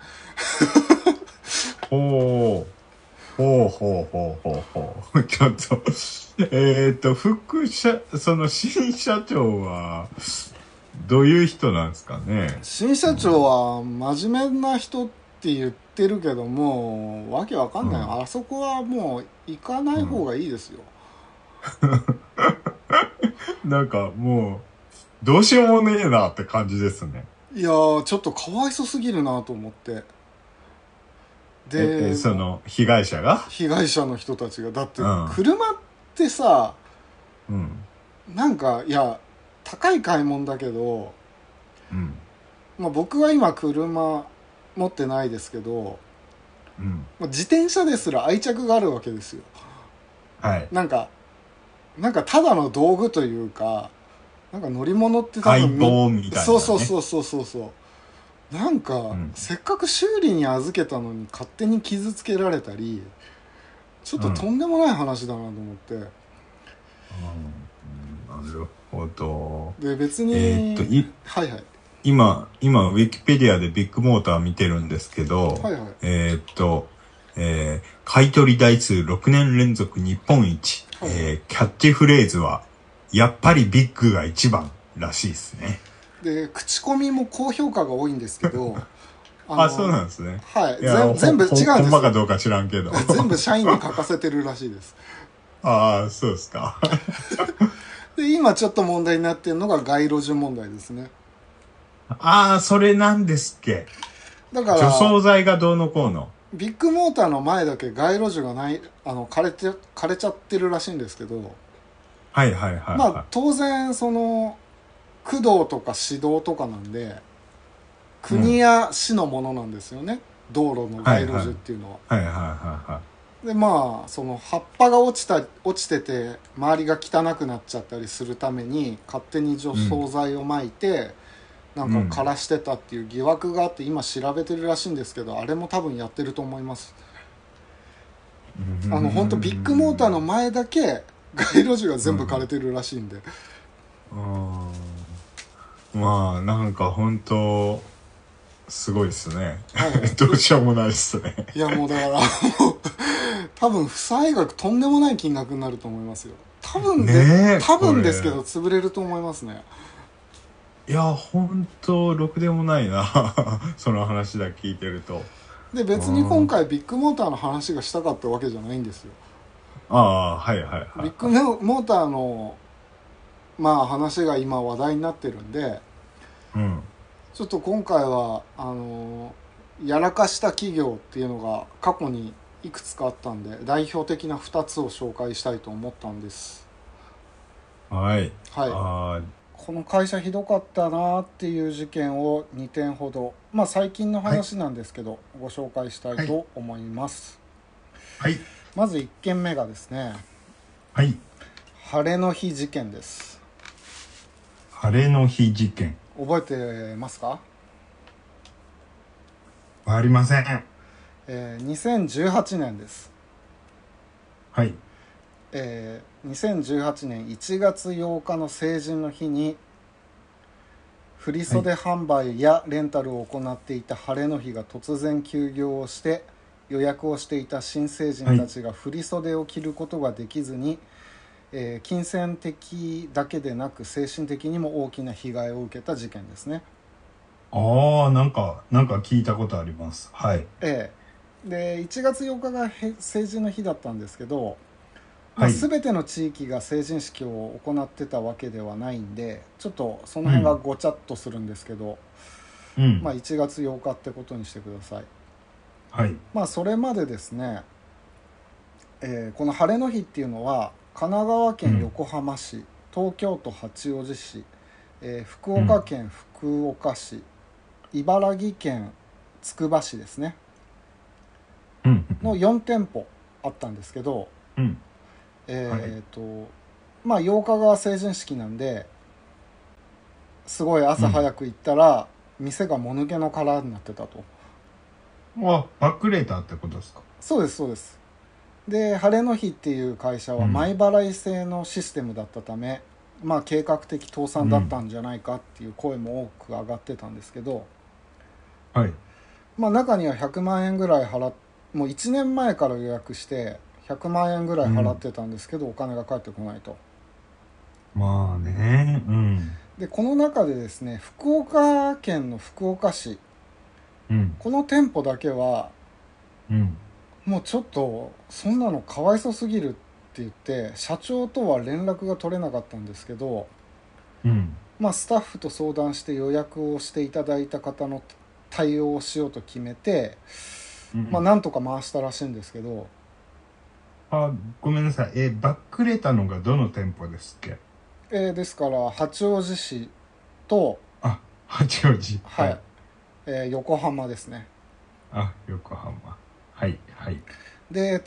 Speaker 2: ほう。ほうほうほうほうほう。ちょっと、えっ、と、副社、その新社長は、どういう人なんですかね。
Speaker 1: 新社長は真面目な人って言ってるけどもわけわかんない、
Speaker 2: うん
Speaker 1: あそこはもう行かない方がいいですよ、
Speaker 2: なんかもう、どうしようもねえなって感じですね。
Speaker 1: いやーちょっとかわいそすぎるなと思って
Speaker 2: え
Speaker 1: で
Speaker 2: えその、被害者が。
Speaker 1: 被害者の人たちがだって
Speaker 2: うん
Speaker 1: 車ってさ、
Speaker 2: うん。
Speaker 1: なんかいや高い買い物だけど、
Speaker 2: うん。
Speaker 1: まあ、僕は今車持ってないですけど、
Speaker 2: うん。
Speaker 1: まあ自転車ですら愛着があるわけですよ
Speaker 2: はい。
Speaker 1: なんかなんかただの道具というかなんか乗り物って多
Speaker 2: 相
Speaker 1: 分み
Speaker 2: 棒みたいな、ね。
Speaker 1: そうそうそうそうそうそうなんか、
Speaker 2: ん
Speaker 1: せっかく修理に預けたのに勝手に傷つけられたりちょっと
Speaker 2: うん
Speaker 1: とんでもない話だなと思って、
Speaker 2: うん。うんなるほど。
Speaker 1: で別に、
Speaker 2: えっとい
Speaker 1: はいはい
Speaker 2: 今、今、ウィキペディアでビッグモーター見てるんですけど、
Speaker 1: はいはい
Speaker 2: えーっと、えー買取台数6年連続日本一、
Speaker 1: はい
Speaker 2: えーキャッチフレーズは、やっぱりビッグが一番らしいですね。
Speaker 1: で口コミも高評価が多いんですけど
Speaker 2: あ
Speaker 1: の
Speaker 2: そうなんですね。
Speaker 1: はい
Speaker 2: いや
Speaker 1: 全全部違うんで
Speaker 2: ほ
Speaker 1: す
Speaker 2: ほんまか
Speaker 1: よ
Speaker 2: どうか知らん けど。
Speaker 1: 全部社員に書かせてるらしいです
Speaker 2: ああ、そうですか。
Speaker 1: で今ちょっと問題になってるのが街路樹問題ですね
Speaker 2: ああ、それなんですっけ。
Speaker 1: だか
Speaker 2: 除草
Speaker 1: ら
Speaker 2: 剤がどうのこうの。
Speaker 1: ビッグモーターの前だけ街路樹がないあの枯れて枯れちゃってるらしいんですけど
Speaker 2: はいはいはい、
Speaker 1: ま
Speaker 2: はい
Speaker 1: あ当然その区道とか市道とかなんで国や市のものなんですよね、道路の街路樹っていうのは、
Speaker 2: はいはいはいはい。
Speaker 1: でまあその葉っぱが落ちた落ちてて周りが汚くなっちゃったりするために勝手に除草剤をまいて、な
Speaker 2: うん
Speaker 1: んか枯らしてたっていう疑惑があって今調べてるらしいんですけどあれも多分やってると思いますあの本当ビッグモーターの前だけ街路樹が全部枯れてるらしいんで、
Speaker 2: あーまあなんか本当すごいですね
Speaker 1: はい
Speaker 2: どうしようもないですね
Speaker 1: いやもうだからもう多分負債額とんでもない金額になると思いますよ多分で、
Speaker 2: ねえ
Speaker 1: 多分ですけ
Speaker 2: こ
Speaker 1: ど潰れると思いますね
Speaker 2: れいや本当ろくでもない なその話だけ聞いてると
Speaker 1: で別に今回ビッグモーターの話がしたかったわけじゃないんですよ
Speaker 2: ああはいはいは
Speaker 1: ビッ
Speaker 2: い
Speaker 1: グモーターのまあ話が今話題になってるんで
Speaker 2: うん
Speaker 1: ちょっと今回はあのやらかした企業っていうのが過去にいくつかあったんで代表的な2つを紹介したいと思ったんです
Speaker 2: はい、あ
Speaker 1: はい
Speaker 2: あ
Speaker 1: この会社ひどかったなっていう事件を2点ほどまあ最近の話なんですけど、ご紹介したいと思います、
Speaker 2: はい
Speaker 1: まず1件目がですね
Speaker 2: はい
Speaker 1: 晴れの日事件です
Speaker 2: 晴れの日事件
Speaker 1: 覚えてますか
Speaker 2: ありません
Speaker 1: えー2018年です、
Speaker 2: はい
Speaker 1: えー2018年1月8日の成人の日に振り袖販売やレンタルを行っていた晴れの日が突然休業をして予約をしていた新成人たちが振り袖を着ることができずに、えー金銭的だけでなく精神的にも大きな被害を受けた事件ですね。
Speaker 2: ああなんかなんか聞いたことありますはい
Speaker 1: ええ、で1月8日がへ成人の日だったんですけどまあ、
Speaker 2: はい
Speaker 1: 全ての地域が成人式を行ってたわけではないんでちょっとその辺がごちゃっとするんですけど、
Speaker 2: うん
Speaker 1: まあ、1月8日ってことにしてください。
Speaker 2: はい
Speaker 1: まあそれまでですね、えーこの晴れの日っていうのは神奈川県横浜市、東京都八王子市、えー福岡県福岡市、茨城県つくば市ですね
Speaker 2: うん
Speaker 1: の4店舗あったんですけど、
Speaker 2: うん
Speaker 1: え
Speaker 2: はい
Speaker 1: ーとまあ、8日が成人式なんですごい朝早く行ったら、店がもぬけの殻になってたと。
Speaker 2: あバックレーターってことですか
Speaker 1: そうですそうですで晴れの日っていう会社は
Speaker 2: うん
Speaker 1: 前払い制のシステムだったため、まあ計画的倒産だったんじゃないかっていう声も多く上がってたんですけど、
Speaker 2: はい
Speaker 1: まあ中には100万円ぐらい払っもう1年前から予約して100万円ぐらい払ってたんですけど、お金が返ってこないと
Speaker 2: まあねうん
Speaker 1: でこの中でですね福岡県の福岡市
Speaker 2: うん
Speaker 1: この店舗だけは
Speaker 2: うん
Speaker 1: もうちょっとそんなのかわいそすぎるって言って社長とは連絡が取れなかったんですけど、
Speaker 2: うん
Speaker 1: まあ、スタッフと相談して予約をしていただいた方の対応をしようと決めて、
Speaker 2: うん
Speaker 1: まあ、なんとか回したらしいんですけど
Speaker 2: あごめんなさいえバックレーターのがどの店舗ですっけ
Speaker 1: えーですから八王子市と、
Speaker 2: あ八王子
Speaker 1: はいえー横浜ですね
Speaker 2: あ横浜はいはい
Speaker 1: で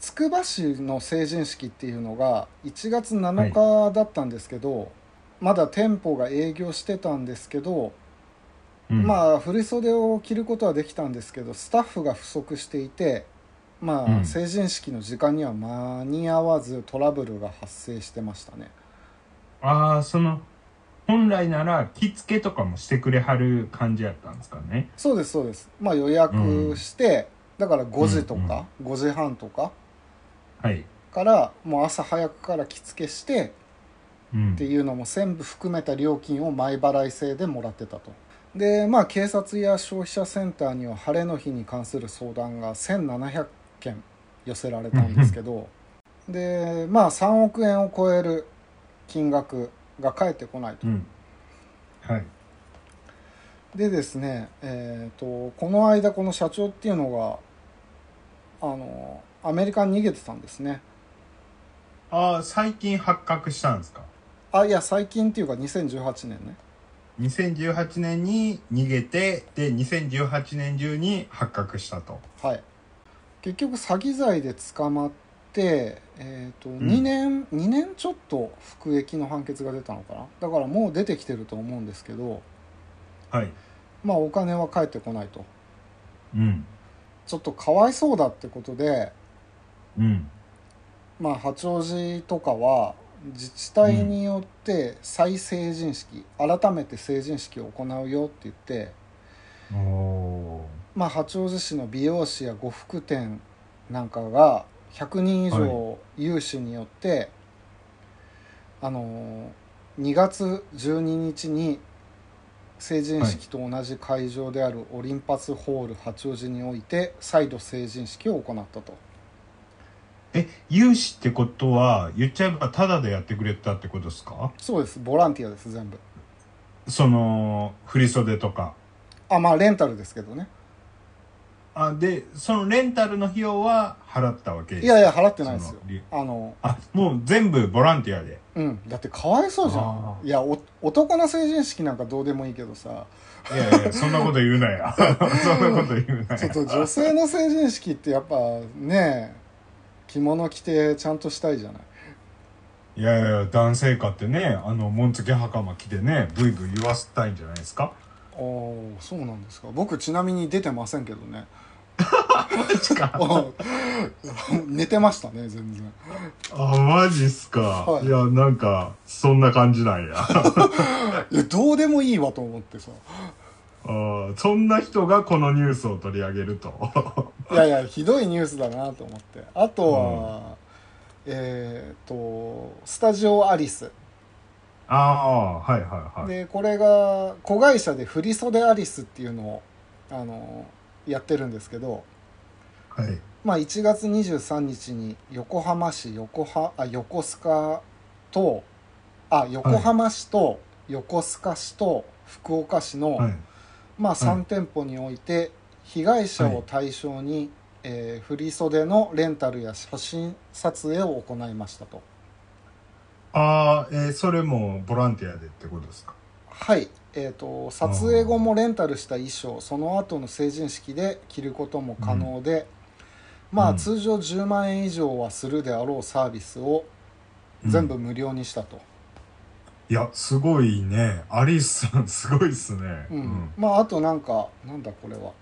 Speaker 1: つつくば市の成人式っていうのが1月7日だったんですけど、まだ店舗が営業してたんですけど
Speaker 2: うん
Speaker 1: まあ振り袖を着ることはできたんですけどスタッフが不足していてまあ、
Speaker 2: うん
Speaker 1: 成人式の時間には間に合わずトラブルが発生してましたね
Speaker 2: ああその本来なら着付けとかもしてくれはる感じやったんですかね
Speaker 1: そうですそうですまあ予約して、だから5時とか、5時半とか
Speaker 2: はい
Speaker 1: からもう朝早くから着付けして
Speaker 2: うん
Speaker 1: っていうのも全部含めた料金を前払い制でもらってたとでまあ警察や消費者センターには晴れの日に関する相談が1700件寄せられたんですけどでまあ3億円を超える金額が返ってこないと
Speaker 2: うんはい
Speaker 1: でですねえっ、とこの間この社長っていうのがあのアメリカに逃げてたんですね
Speaker 2: ああ最近発覚したんですか
Speaker 1: あいや最近っていうか2018年ね
Speaker 2: 2018年に逃げてで2018年中に発覚したと
Speaker 1: はい、結局詐欺罪で捕まって、えーと
Speaker 2: ん
Speaker 1: 2年2年ちょっと服役の判決が出たのかなだからもう出てきてると思うんですけど、
Speaker 2: はい
Speaker 1: まあ、お金は返ってこないと
Speaker 2: うん
Speaker 1: ちょっとかわいそうだってことで、
Speaker 2: うん
Speaker 1: まあ、八王子とかは自治体によって再成人式、改めて成人式を行うよって言って、
Speaker 2: おお
Speaker 1: まあ、八王子市の美容師や呉服店なんかが100人以上有志によって、あのー2月12日に成人式と同じ会場であるオリンパスホール八王子において再度成人式を行ったと
Speaker 2: え融資ってことは言っちゃえばタダでやってくれたってことですか
Speaker 1: そうですボランティアです全部
Speaker 2: その振り袖とか
Speaker 1: あまあレンタルですけどね
Speaker 2: あでそのレンタルの費用は払ったわけ
Speaker 1: いやいや払ってないですよ
Speaker 2: そのり
Speaker 1: あの
Speaker 2: あもう全部ボランティアで
Speaker 1: うんだってかわいそうじゃん
Speaker 2: あ
Speaker 1: いやお男の成人式なんかどうでもいいけどさ
Speaker 2: いやいやそんなこと言うなや そんなこと言うな
Speaker 1: ちょっ
Speaker 2: や
Speaker 1: と女性の成人式ってやっぱね着物着てちゃんとしたいじゃない
Speaker 2: いやいや男性化ってねあの紋付き袴着てねブイブイ言わせたいんじゃないですか
Speaker 1: ああそうなんですか僕ちなみに出てませんけどね
Speaker 2: マ ジか
Speaker 1: あー寝てましたね全然
Speaker 2: あマジっすか、
Speaker 1: はい
Speaker 2: い、やなんかそんな感じなんや あ
Speaker 1: いやどうでもいいわと思ってさ
Speaker 2: ーそんな人がこのニュースを取り上げると
Speaker 1: いやいやひどいニュースだなと思ってあとは、えっ、とスタジオアリス
Speaker 2: ああはいはいはい
Speaker 1: でこれが子会社で振袖アリスっていうのをあのやってるんですけど
Speaker 2: はい。
Speaker 1: まあ、1月23日に横浜市横はあ横須賀とあ横浜市と横須賀市と福岡市の、
Speaker 2: はい。
Speaker 1: まあ、3店舗において被害者を対象に、えー振り袖のレンタルや写真撮影を行いましたと
Speaker 2: ああ、えーそれもボランティアでってことですか。
Speaker 1: はい、えー、と撮影後もレンタルした衣装その後の成人式で着ることも可能で、ま
Speaker 2: う
Speaker 1: あ
Speaker 2: ん
Speaker 1: 通常10万円以上はするであろうサービスを全部無料にしたと、
Speaker 2: いや、すごいね。アリスさん、すごいっすね。
Speaker 1: うんまああとなんかなんだこれは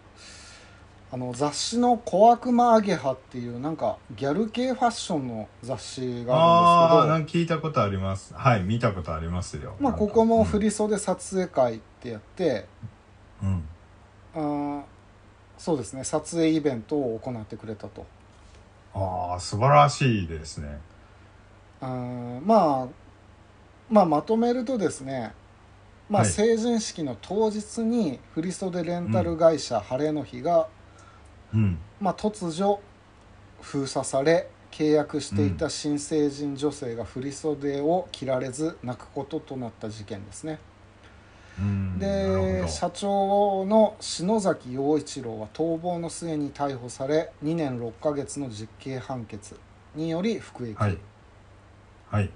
Speaker 1: あの雑誌の「小悪魔アゲハ」っていうなんかギャル系ファッションの雑誌があ
Speaker 2: あ
Speaker 1: る
Speaker 2: あ、
Speaker 1: ん
Speaker 2: な
Speaker 1: ですけど
Speaker 2: んか聞いたことあります。はい、見たことありますよ。
Speaker 1: まあここも振
Speaker 2: り。
Speaker 1: り袖撮影会ってやって、
Speaker 2: うん。
Speaker 1: あーそうですね撮影イベントを行ってくれたと。
Speaker 2: ああ、素晴らしいですね。
Speaker 1: うんまあ、まあまとめるとですね、まあ、
Speaker 2: はい
Speaker 1: 成人式の当日に振り袖レンタル会社晴れの日が、
Speaker 2: うん。
Speaker 1: まあ、突如封鎖され契約していた新成人女性が振り袖を着られず泣くこととなった事件ですね、
Speaker 2: うん。なる
Speaker 1: で
Speaker 2: ほど
Speaker 1: 社長の篠崎陽一郎は逃亡の末に逮捕され2年6ヶ月の実刑判決により服役、
Speaker 2: はい。はい。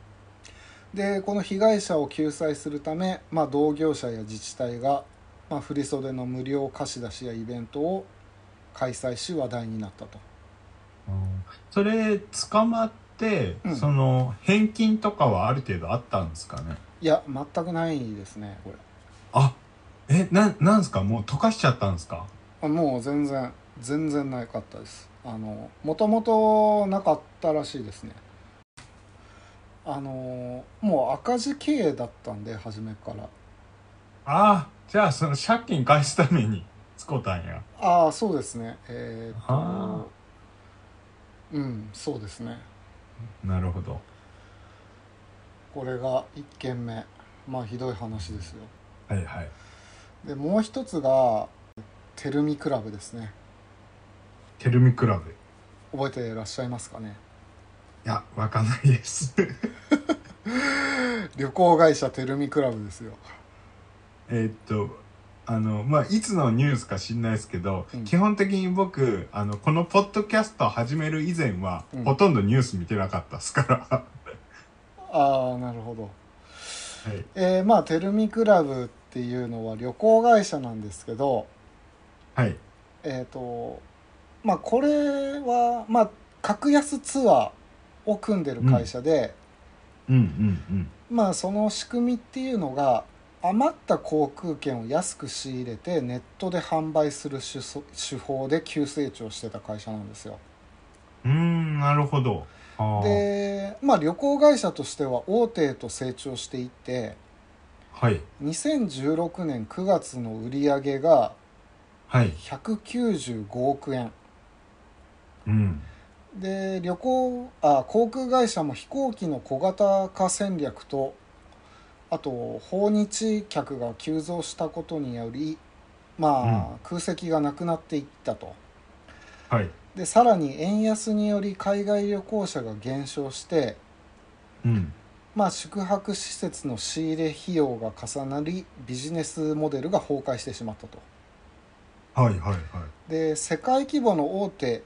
Speaker 1: でこの被害者を救済するため、まあ、同業者や自治体が、まあ、振袖の無料貸し出しやイベントを開催し話題になったと
Speaker 2: うんそれ、捕まって、
Speaker 1: うん
Speaker 2: その、返金とかはある程度あったんですかね。
Speaker 1: いや全くないですねこれ
Speaker 2: あ、え、な、なんですかもう溶かしちゃったんですか
Speaker 1: あもう全然全然なかったですあのもともとなかったらしいですねあのもう赤字経営だったんで初めから
Speaker 2: ああ、じゃあその借金返すために使うたんや。
Speaker 1: ああそうですねえーっ
Speaker 2: あ
Speaker 1: とうんそうですね
Speaker 2: なるほど。
Speaker 1: これが1件目まあひどい話ですよ
Speaker 2: はいはい。
Speaker 1: でもう一つがテルミクラブですね
Speaker 2: テルミクラブ。い
Speaker 1: 覚えていらっしゃいますかね
Speaker 2: や、わかんないです。
Speaker 1: 旅行会社テルミクラブですよ
Speaker 2: えーっと、あの、まあ、いつのニュースか知んないですけど、
Speaker 1: うん
Speaker 2: 基本的に僕、あの、このポッドキャスト始める以前は、
Speaker 1: うん
Speaker 2: ほとんどニュース見てなかったです から。
Speaker 1: ああなるほど
Speaker 2: はい。
Speaker 1: えーまあテルミクラブっていうのは旅行会社なんですけど
Speaker 2: はい。
Speaker 1: えっ、とまあこれはまあ格安ツアーを組んでる会社で、
Speaker 2: うんうん
Speaker 1: まあその仕組みっていうのが余った航空券を安く仕入れてネットで販売する手そ手法で急成長してた会社なんですよ
Speaker 2: うん。うーん、なるほど。ああ。
Speaker 1: でまあ旅行会社としては大手へと成長していって
Speaker 2: はい。
Speaker 1: 2016年9月の売り上げが
Speaker 2: はい。
Speaker 1: 195億円
Speaker 2: うん。
Speaker 1: で旅行あ航空会社も飛行機の小型化戦略とあと訪日客が急増したことによりまあ、空席がなくなっていったと
Speaker 2: はい。
Speaker 1: でさらに円安により海外旅行者が減少して、
Speaker 2: うん。
Speaker 1: まあ、宿泊施設の仕入れ費用が重なりビジネスモデルが崩壊してしまったと
Speaker 2: はいはいはい。
Speaker 1: で世界規模の大手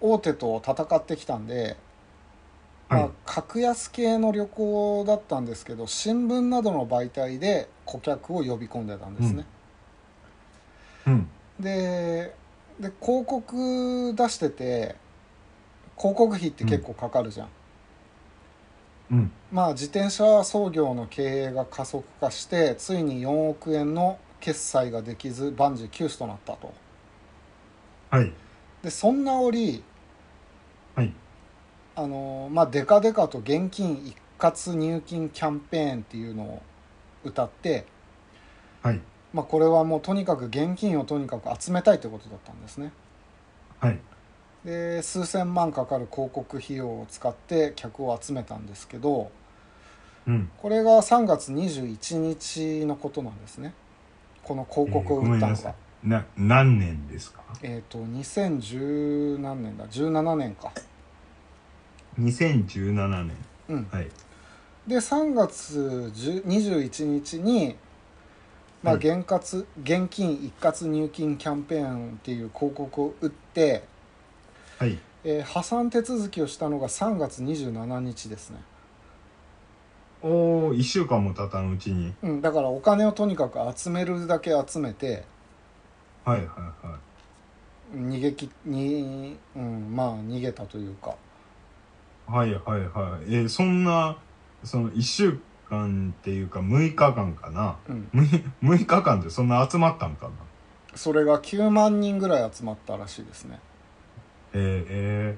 Speaker 1: 大手と戦ってきたんで
Speaker 2: はい。
Speaker 1: まあ、格安系の旅行だったんですけど新聞などの媒体で顧客を呼び込んでたんですね、
Speaker 2: うん。
Speaker 1: でで広告出してて広告費って結構かかるじゃん、
Speaker 2: うん。
Speaker 1: まあ自転車操業の経営が加速化してついに4億円の決済ができず万事休止となったと
Speaker 2: はい。
Speaker 1: でそんな折
Speaker 2: はい。
Speaker 1: あのまあデカデカと現金一括入金キャンペーンっていうのを歌って、
Speaker 2: はい。
Speaker 1: まあ、これはもうとにかく現金をとにかく集めたいということだったんですね
Speaker 2: はい。
Speaker 1: で数千万かかる広告費用を使って客を集めたんですけど
Speaker 2: うん。
Speaker 1: これが3月21日のことなんですねこの広告を
Speaker 2: えーご
Speaker 1: 打
Speaker 2: め
Speaker 1: っ
Speaker 2: ん
Speaker 1: た
Speaker 2: な
Speaker 1: の
Speaker 2: さ
Speaker 1: が
Speaker 2: い、な何年ですか
Speaker 1: えっ、と2010何年だ17年か
Speaker 2: ?2017 年
Speaker 1: うん
Speaker 2: はい
Speaker 1: で3月10 21日に、まあ、
Speaker 2: はい
Speaker 1: 現活現金一括入金キャンペーンっていう広告を打って、
Speaker 2: はい
Speaker 1: えー破産手続きをしたのが3月27日ですね、
Speaker 2: おお1週間も経たのうちに
Speaker 1: うん、だからお金をとにかく集めるだけ集めて
Speaker 2: はいはいは
Speaker 1: 逃げきに、うん、まあ逃げたというか
Speaker 2: いはいはいはいえーそんなその1週間っていうか6日間かな
Speaker 1: うん、
Speaker 2: 6, 6日間でそんな集まったんかな
Speaker 1: それが9万人ぐらい集まったらしいですね
Speaker 2: えー、え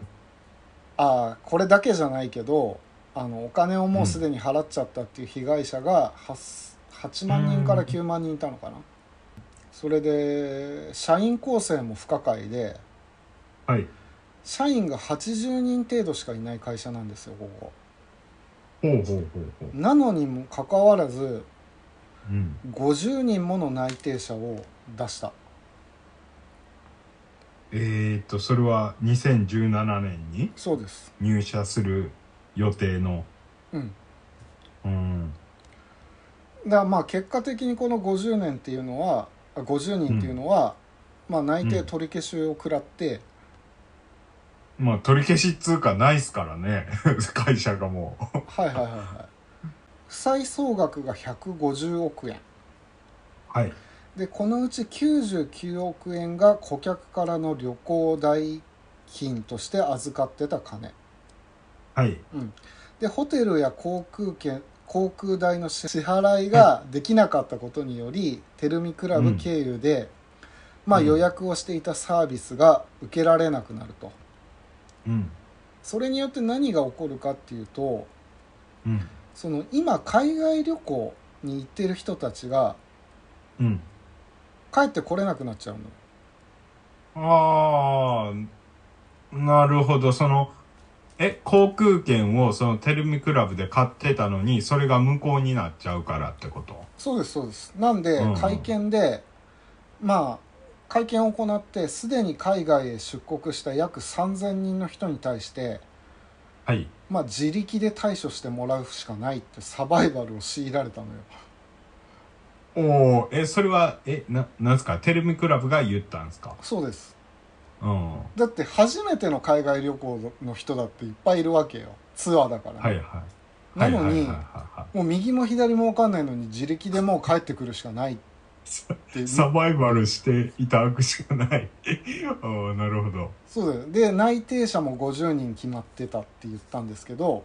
Speaker 1: ああこれだけじゃないけどあのお金をもうすでに払っちゃったっていう被害者が 8, 8万人から9万人いたのかな、それで社員構成も不可解で
Speaker 2: ーはい
Speaker 1: 社員が80人程度しかいない会社なんですよここ
Speaker 2: ほうほうほうほう
Speaker 1: なのにもかかわらず
Speaker 2: うん
Speaker 1: 50人もの内定者を出した
Speaker 2: えー、っとそれは2017年に
Speaker 1: そうです
Speaker 2: 入社する予定の
Speaker 1: うん
Speaker 2: うん
Speaker 1: だからまあ結果的にこの50年っていうのはあ50人っていうのは、まあ内定取り消しを食らって、
Speaker 2: まあ取り消しっつうかないっすからね 会社がもう
Speaker 1: はいはいはいはい負債総額が150億円
Speaker 2: はい
Speaker 1: でこのうち99億円が顧客からの旅行代金として預かってた金
Speaker 2: はい
Speaker 1: でホテルや航空券航空代の支払いができなかったことにより、テルミクラブ経由で、まあ、
Speaker 2: うん
Speaker 1: 予約をしていたサービスが受けられなくなると
Speaker 2: うん
Speaker 1: それによって何が起こるかっていうと
Speaker 2: うん
Speaker 1: その今海外旅行に行ってる人たちが
Speaker 2: うん
Speaker 1: 帰ってこれなくなっちゃうの
Speaker 2: ああなるほどそのえ航空券をそのテルミクラブで買ってたのにそれが無効になっちゃうからってこと
Speaker 1: そうですそうですなんで
Speaker 2: うんうん
Speaker 1: 会見で、まあ会見を行ってすでに海外へ出国した約3000人の人に対して、
Speaker 2: はい
Speaker 1: まあ、自力で対処してもらうしかないってサバイバルを強いられたのよ
Speaker 2: おおえそれはえななんすかテルミクラブが言ったんですか
Speaker 1: そうです
Speaker 2: うんは
Speaker 1: だって初めての海外旅行の人だっていっぱいいるわけよツアーだから、
Speaker 2: いはい
Speaker 1: なのに、
Speaker 2: はいはいはいはいはい
Speaker 1: もう右も左も分かんないのに自力でもう帰ってくるしかないって いう
Speaker 2: サバイバルしていただくしかない。 ああ、なるほど。
Speaker 1: そうだよで内定者も50人決まってたって言ったんですけど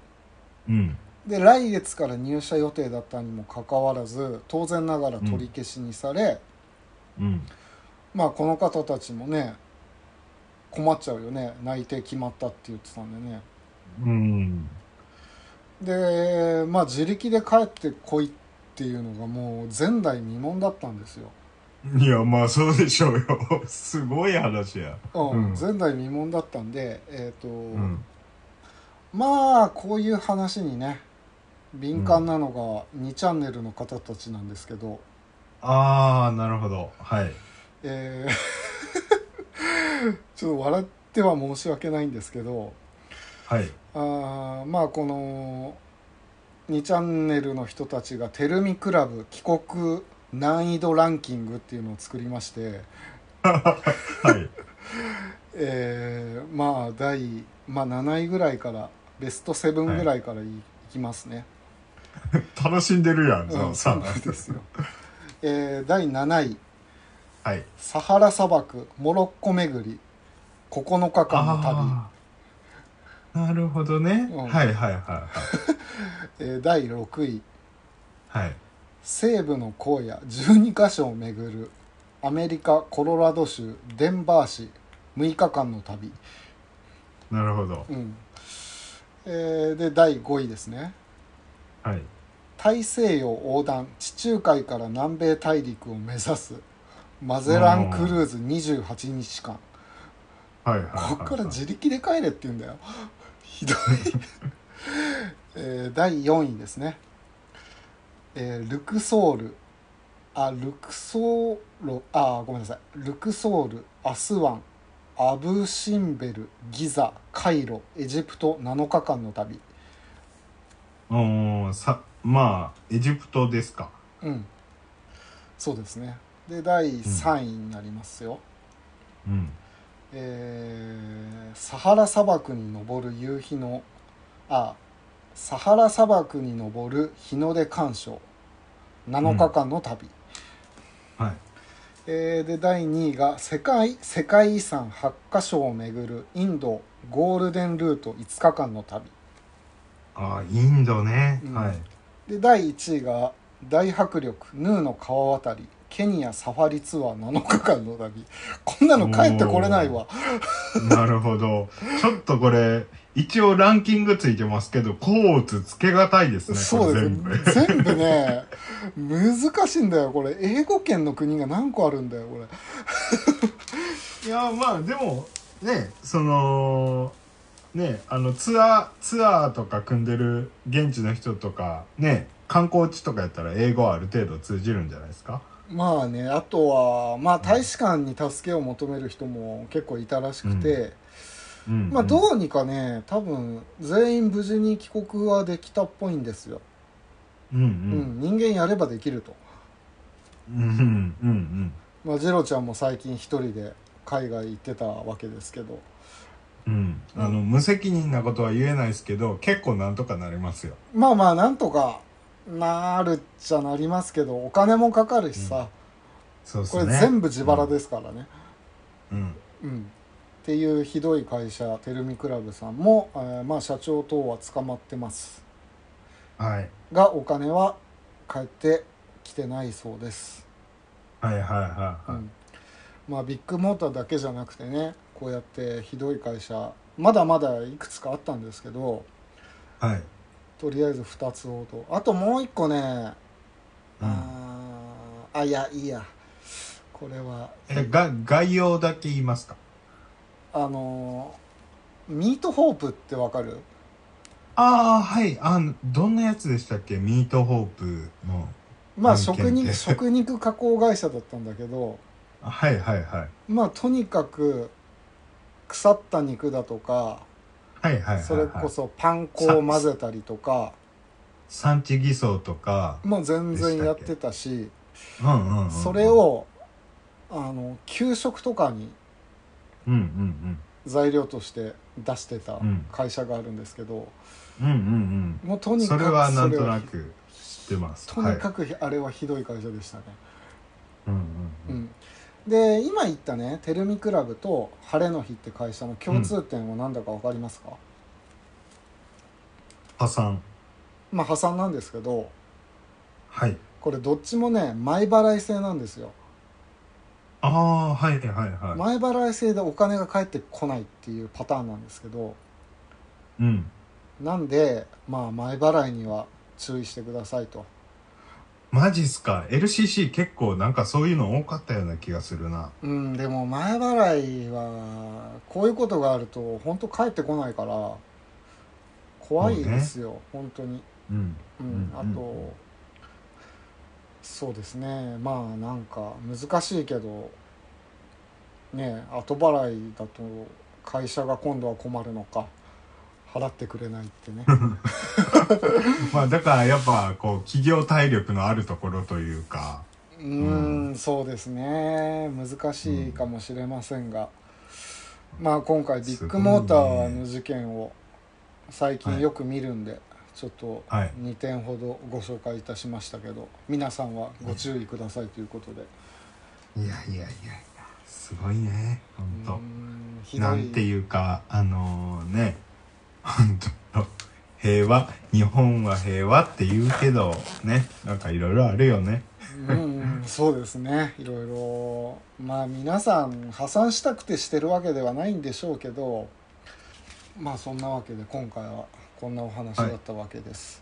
Speaker 2: うん。
Speaker 1: で来月から入社予定だったにもかかわらず当然ながら取り消しにされ、
Speaker 2: うん。
Speaker 1: まあこの方たちもね困っちゃうよね内定決まったって言ってたんでね
Speaker 2: うん。
Speaker 1: でまあ自力で帰ってこいっていうのがもう前代未聞だったんですよ、
Speaker 2: いや、まあそうでしょうよ。 すごい話や。
Speaker 1: うん
Speaker 2: うん
Speaker 1: 前代未聞だったんでえっ、と、
Speaker 2: うん。
Speaker 1: まあこういう話にね敏感なのが2チャンネルの方たちなんですけど、
Speaker 2: ああ、なるほど。はい。
Speaker 1: えー ちょっと笑っては申し訳ないんですけど
Speaker 2: はい。
Speaker 1: あーまあこの2チャンネルの人たちが「テルミクラブ帰国難易度ランキング」っていうのを作りまして、
Speaker 2: はい。
Speaker 1: えーまあ第、まあ、7位ぐらいからベスト7ぐらいからい,、きますね。
Speaker 2: 楽しんでるやん、
Speaker 1: うん
Speaker 2: さ
Speaker 1: そうなんですよえー第7位
Speaker 2: はい。
Speaker 1: サハラ砂漠モロッコ巡り9日間の旅。
Speaker 2: ああ。なるほどね。
Speaker 1: うん
Speaker 2: はいはいはい
Speaker 1: えー第6位
Speaker 2: はい。はい。
Speaker 1: 西部の荒野12カ所を巡るアメリカコロラド州デンバー市6日間の旅、
Speaker 2: なるほど。
Speaker 1: うんえーで第5位ですね
Speaker 2: はい。
Speaker 1: 大西洋横断地中海から南米大陸を目指すマゼランクルーズ28日間
Speaker 2: はいはいはい、はい。
Speaker 1: こっから自力で帰れって言うんだよ ひどい、えー第4位ですね、えールクソールあルクソーロあごめんなさいルクソールアスワンアブシンベルギザカイロエジプト7日間の旅
Speaker 2: うんさまあエジプトですか
Speaker 1: うんそうですねで第3位になりますよ、
Speaker 2: うん
Speaker 1: えーサハラ砂漠に昇る夕日のあサハラ砂漠に昇る日の出鑑賞7日間の旅、
Speaker 2: はい
Speaker 1: えーで第2位が世界世界遺産8カ所を巡るインドゴールデンルート5日間の旅
Speaker 2: ああインドね、
Speaker 1: うん
Speaker 2: はい
Speaker 1: で第1位が大迫力ヌーの川渡りケニアサファリツアー7日間の旅こんなの帰ってこれないわ
Speaker 2: なるほどちょっとこれ一応ランキングついてますけどコーツつけがたいですね
Speaker 1: そう
Speaker 2: これ
Speaker 1: です
Speaker 2: 全
Speaker 1: 全
Speaker 2: 部
Speaker 1: 部ね難しいんだよこれ英語圏の国が何個あるんだよこれ
Speaker 2: いやまあでもねそのねあのツアーツアーとか組んでる現地の人とかね観光地とかやったら英語はある程度通じるんじゃないですか
Speaker 1: まあねあとはまあ大使館に助けを求める人も結構いたらしくて、
Speaker 2: うん
Speaker 1: まあどうにかね多分全員無事に帰国はできたっぽいんですよ、
Speaker 2: うんう
Speaker 1: うん
Speaker 2: ん
Speaker 1: 人間やればできると、
Speaker 2: うんうんうん
Speaker 1: まあ、ジロちゃんも最近一人で海外行ってたわけですけど
Speaker 2: うんあの無責任なことは言えないですけど結構なんとかなりますよ
Speaker 1: まあまあなんとかなるっちゃなりますけどお金もかかるしさ、
Speaker 2: そうです
Speaker 1: こ
Speaker 2: ね
Speaker 1: れ全部自腹ですからね、
Speaker 2: うん
Speaker 1: うん、っていうひどい会社テルミクラブさんも、えーまあ、社長等は捕まってます
Speaker 2: はい
Speaker 1: がお金は返ってきてないそうです、
Speaker 2: はいはいはいは
Speaker 1: う
Speaker 2: い、
Speaker 1: んまあ、ビッグモーターだけじゃなくてねこうやってひどい会社まだまだいくつかあったんですけど
Speaker 2: はい
Speaker 1: とりあえず2つほどあともう1個ね、
Speaker 2: うん
Speaker 1: あーあいやいいやこれは
Speaker 2: えが概要だけ言いますか
Speaker 1: あのーミートホープってわかる
Speaker 2: ああはいあのどんなやつでしたっけミートホープの
Speaker 1: まあ
Speaker 2: 案件
Speaker 1: 食肉
Speaker 2: で
Speaker 1: 食肉加工会社だったんだけど
Speaker 2: はいはいはい
Speaker 1: まあとにかく腐った肉だとか
Speaker 2: はいはいはい、はい、
Speaker 1: それこそパン粉を混ぜたりとか
Speaker 2: 産地偽装とか、
Speaker 1: もう全然やってたし
Speaker 2: うんうんうんうん
Speaker 1: それ、をあの給食とかに
Speaker 2: うんうん
Speaker 1: 材料として出してた
Speaker 2: うん
Speaker 1: 会社があるんですけど
Speaker 2: うん、うんうん
Speaker 1: もうと
Speaker 2: うん
Speaker 1: にか
Speaker 2: そ
Speaker 1: く
Speaker 2: れはなんと
Speaker 1: それは
Speaker 2: なく知ってます
Speaker 1: とにか
Speaker 2: く、
Speaker 1: くあれはひどい会社でしたね。
Speaker 2: はい、うんう
Speaker 1: うん
Speaker 2: うん
Speaker 1: んで今言ったね「てるみクラブ」と「晴れの日」って会社の共通点は何だか分かりますか、
Speaker 2: 破産
Speaker 1: まあ破産なんですけど
Speaker 2: はい
Speaker 1: これどっちもね前払い制なんですよ、
Speaker 2: ああはいはいはい、
Speaker 1: 前払い制でお金が返ってこないっていうパターンなんですけど
Speaker 2: うん
Speaker 1: なんでまあ前払いには注意してくださいと
Speaker 2: マジっすか LCC 結構なんかそういうの多かったような気がするな
Speaker 1: うんでも前払いはこういうことがあると本当返ってこないから怖いですよ、本当に
Speaker 2: うん
Speaker 1: うん、あ
Speaker 2: うんうん
Speaker 1: とそうですねまあなんか難しいけどね後払いだと会社が今度は困るのか払ってくれないってね
Speaker 2: まあだからやっぱこう企業体力のあるところというか
Speaker 1: うーん、そうですね難しいかもしれませんが、まあ今回ビッグモーターの事件を最近よく見るんで、ちょっと
Speaker 2: はい
Speaker 1: 2点ほどご紹介いたしましたけど皆さんはご注意くださいということで。
Speaker 2: いやいやいやいやすごいねほん
Speaker 1: うー
Speaker 2: と
Speaker 1: んひど
Speaker 2: なん
Speaker 1: い
Speaker 2: ていうかあのねほんと平和日本は平和って言うけどねなんかいろいろあるよね
Speaker 1: うんうんそうですねいろいろまあ皆さん破産したくてしてるわけではないんでしょうけどまあそんなわけで今回はこんなお話だったわけです、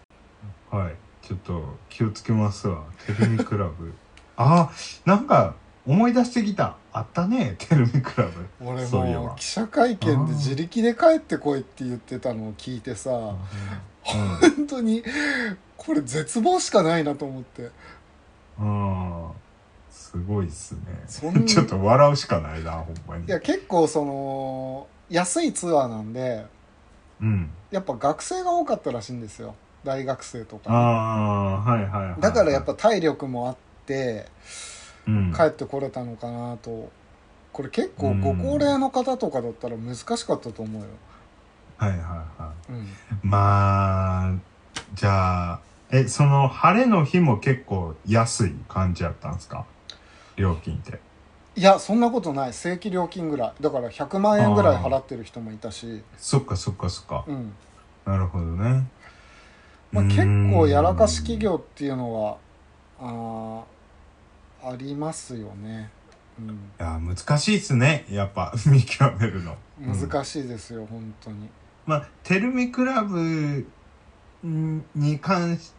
Speaker 2: はいちょっと気をつけますわテルミクラ ブあなんか思い出してきたあったねテルミクラブ
Speaker 1: 俺
Speaker 2: そういえ
Speaker 1: も
Speaker 2: ば
Speaker 1: 記者会見で自力で帰ってこいって言ってたのを聞いてさ
Speaker 2: うんうん
Speaker 1: 本当にこれ絶望しかないなと思って
Speaker 2: うんすごいっすね
Speaker 1: そん
Speaker 2: ちょっと笑うしかないなほんまに
Speaker 1: いや結構その安いツアーなんで
Speaker 2: うん
Speaker 1: やっぱ学生が多かったらしいんですよ大学生と
Speaker 2: あ
Speaker 1: か
Speaker 2: あはいはい、はい、
Speaker 1: だからやっぱ体力もあって
Speaker 2: うん
Speaker 1: 帰ってこれたのかなとこれ結構ご高齢の方とかだったら難しかったと思うよ、
Speaker 2: はいはいは
Speaker 1: うん、
Speaker 2: いまあじゃあえその晴れの日も結構安い感じやったんですか料金って
Speaker 1: いやそんなことない正規料金ぐらいだから100万円ぐらい払ってる人もいたし、
Speaker 2: そっかそっかそっか
Speaker 1: うん
Speaker 2: なるほどね、
Speaker 1: まあ、
Speaker 2: うー
Speaker 1: 結
Speaker 2: ん
Speaker 1: 構やらかし企業っていうのはあーありますよね、うん、
Speaker 2: いや難しいっすねやっぱ 見極めるの
Speaker 1: 難しいですよ、本当に
Speaker 2: まあ、テルミクラブんに関し、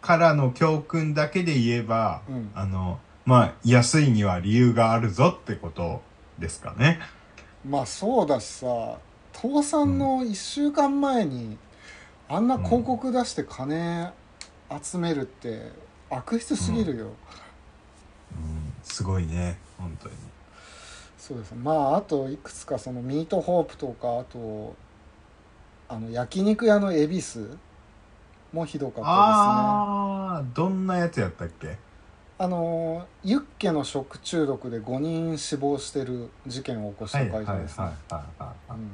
Speaker 2: からの教訓だけで言えば、
Speaker 1: うん
Speaker 2: あの、まあ、安いには理由があるぞってことですかね。
Speaker 1: まあそうだしさ倒産の1週間前にあんな広告出して金集めるって悪質すぎるよ、
Speaker 2: うん、すごいね、本当に。
Speaker 1: そうですねまああといくつかそのミートホープとかあとあの焼肉屋の恵比寿もひどかったですね
Speaker 2: ああ、どんなやつやったっけ
Speaker 1: あのユッケの食中毒で5人死亡してる事件を起こした会社ですね
Speaker 2: いはい
Speaker 1: うん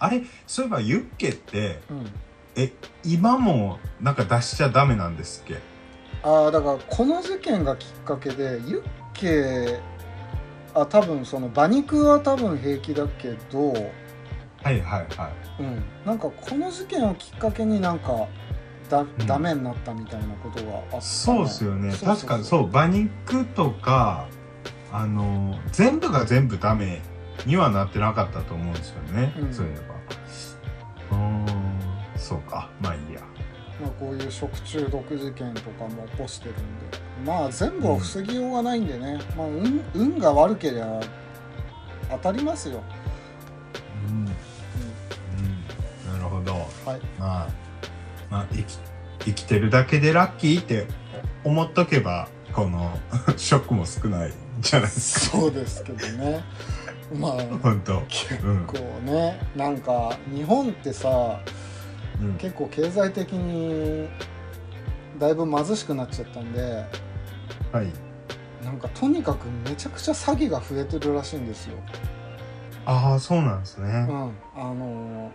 Speaker 2: あれ、そういえばユッケって、
Speaker 1: うん
Speaker 2: え、今もなんか出しちゃダメなんですっけ
Speaker 1: ああだからこの事件がきっかけでユッケあ多分その馬肉は多分平気だけど、
Speaker 2: はいはいは
Speaker 1: う
Speaker 2: い。
Speaker 1: ん、なんかこの事件をきっかけになんかだ、
Speaker 2: ん
Speaker 1: ダメになったみたいなことがあったね
Speaker 2: そうですよね
Speaker 1: そうそうそう
Speaker 2: 確かにそう馬肉とかあの全部が全部ダメにはなってなかったと思うんですよね、
Speaker 1: うん
Speaker 2: そういえばうーんそうかまあいいや
Speaker 1: まあ、こういう食中毒事件とかも起こしてるんでまあ全部は防ぎようがないんでね、まあ、運運が悪けりゃ当たりますよ、
Speaker 2: うん、うん、
Speaker 1: う
Speaker 2: なるほど
Speaker 1: ん、はい
Speaker 2: まあまあ生き生きてるだけでラッキーって思っとけばこの ショックも少ないんじゃない ですか
Speaker 1: そうですけどねまあ
Speaker 2: 本当
Speaker 1: 結
Speaker 2: うん
Speaker 1: 構ねなんか日本ってさ
Speaker 2: うん
Speaker 1: 結構経済的にだいぶ貧しくなっちゃったんで
Speaker 2: はい
Speaker 1: なんかとにかくめちゃくちゃ詐欺が増えてるらしいんですよ。
Speaker 2: ああそうなんです
Speaker 1: うん、
Speaker 2: ね、
Speaker 1: あのー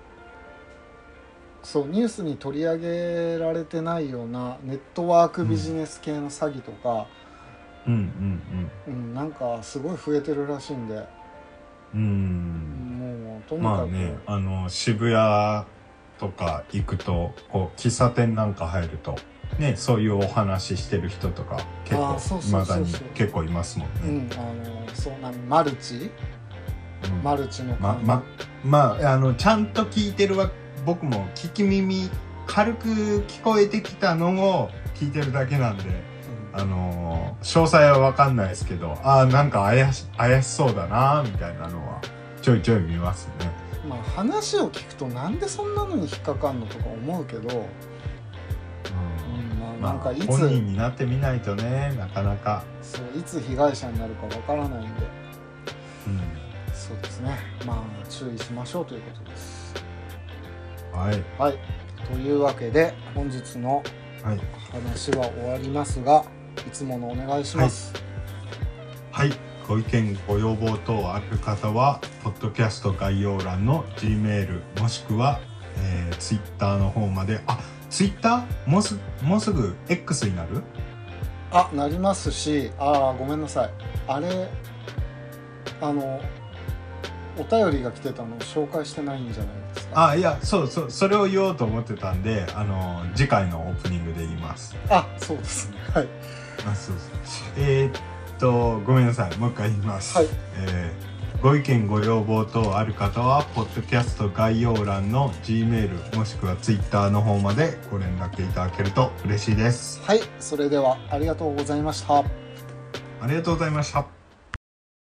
Speaker 1: そうニュースに取り上げられてないようなネットワークビジネス系の詐欺とか、
Speaker 2: うん、
Speaker 1: う
Speaker 2: うん
Speaker 1: んなんかすごい増えてるらしいんで
Speaker 2: うんうん
Speaker 1: もうとにかく、
Speaker 2: まあね、あの、渋谷とか行くと、こう、喫茶店なんか入ると、ね、そういうお話ししてる人とか、結
Speaker 1: あーそう
Speaker 2: 構、い
Speaker 1: そう
Speaker 2: ま
Speaker 1: そう
Speaker 2: だ
Speaker 1: そう
Speaker 2: に結構いますもん
Speaker 1: う
Speaker 2: ね。
Speaker 1: ん、あのーそうなんマルチ
Speaker 2: うん
Speaker 1: マルチの
Speaker 2: ま、ま、まあ、あの、ちゃんと聞いてるわ、僕も聞き耳、軽く聞こえてきたのを聞いてるだけなんで、
Speaker 1: うん
Speaker 2: あのー詳細はわかんないですけど、ああ、なんか怪し、怪しそうだな、みたいなのは、ちょいちょい見ますね。
Speaker 1: まあ、話を聞くとなんでそんなのに引っかかんのとか思うけど、
Speaker 2: うん
Speaker 1: まあ、な
Speaker 2: まあ
Speaker 1: んかいつ、
Speaker 2: 本人になってみないとねなかなか、
Speaker 1: そういつ被害者になるかわからないんで
Speaker 2: うん
Speaker 1: そうですねまあ注意しましょうということです。
Speaker 2: はい
Speaker 1: はいというわけで本日の
Speaker 2: はい
Speaker 1: 話は終わりますがいつものお願いします。
Speaker 2: はいご意見ご要望等ある方はポッドキャスト概要欄の G メールもしくは、えー、Twitter の方まであ Twitter もうすもうすぐ X になる
Speaker 1: あなりますしああごめんなさいあれあのお便りが来てたの紹介してないんじゃないですか。
Speaker 2: あいやそうそうそれを言おうと思ってたんであの次回のオープニングで言います
Speaker 1: あそうですねはい。
Speaker 2: あそうそうえーっとごめんなさいもう一回言います、
Speaker 1: はい
Speaker 2: えーご意見ご要望等ある方はポッドキャスト概要欄の G メールもしくは Twitter の方までご連絡いただけると嬉しいです
Speaker 1: はい、それではありがとうございました。
Speaker 2: ありがとうございました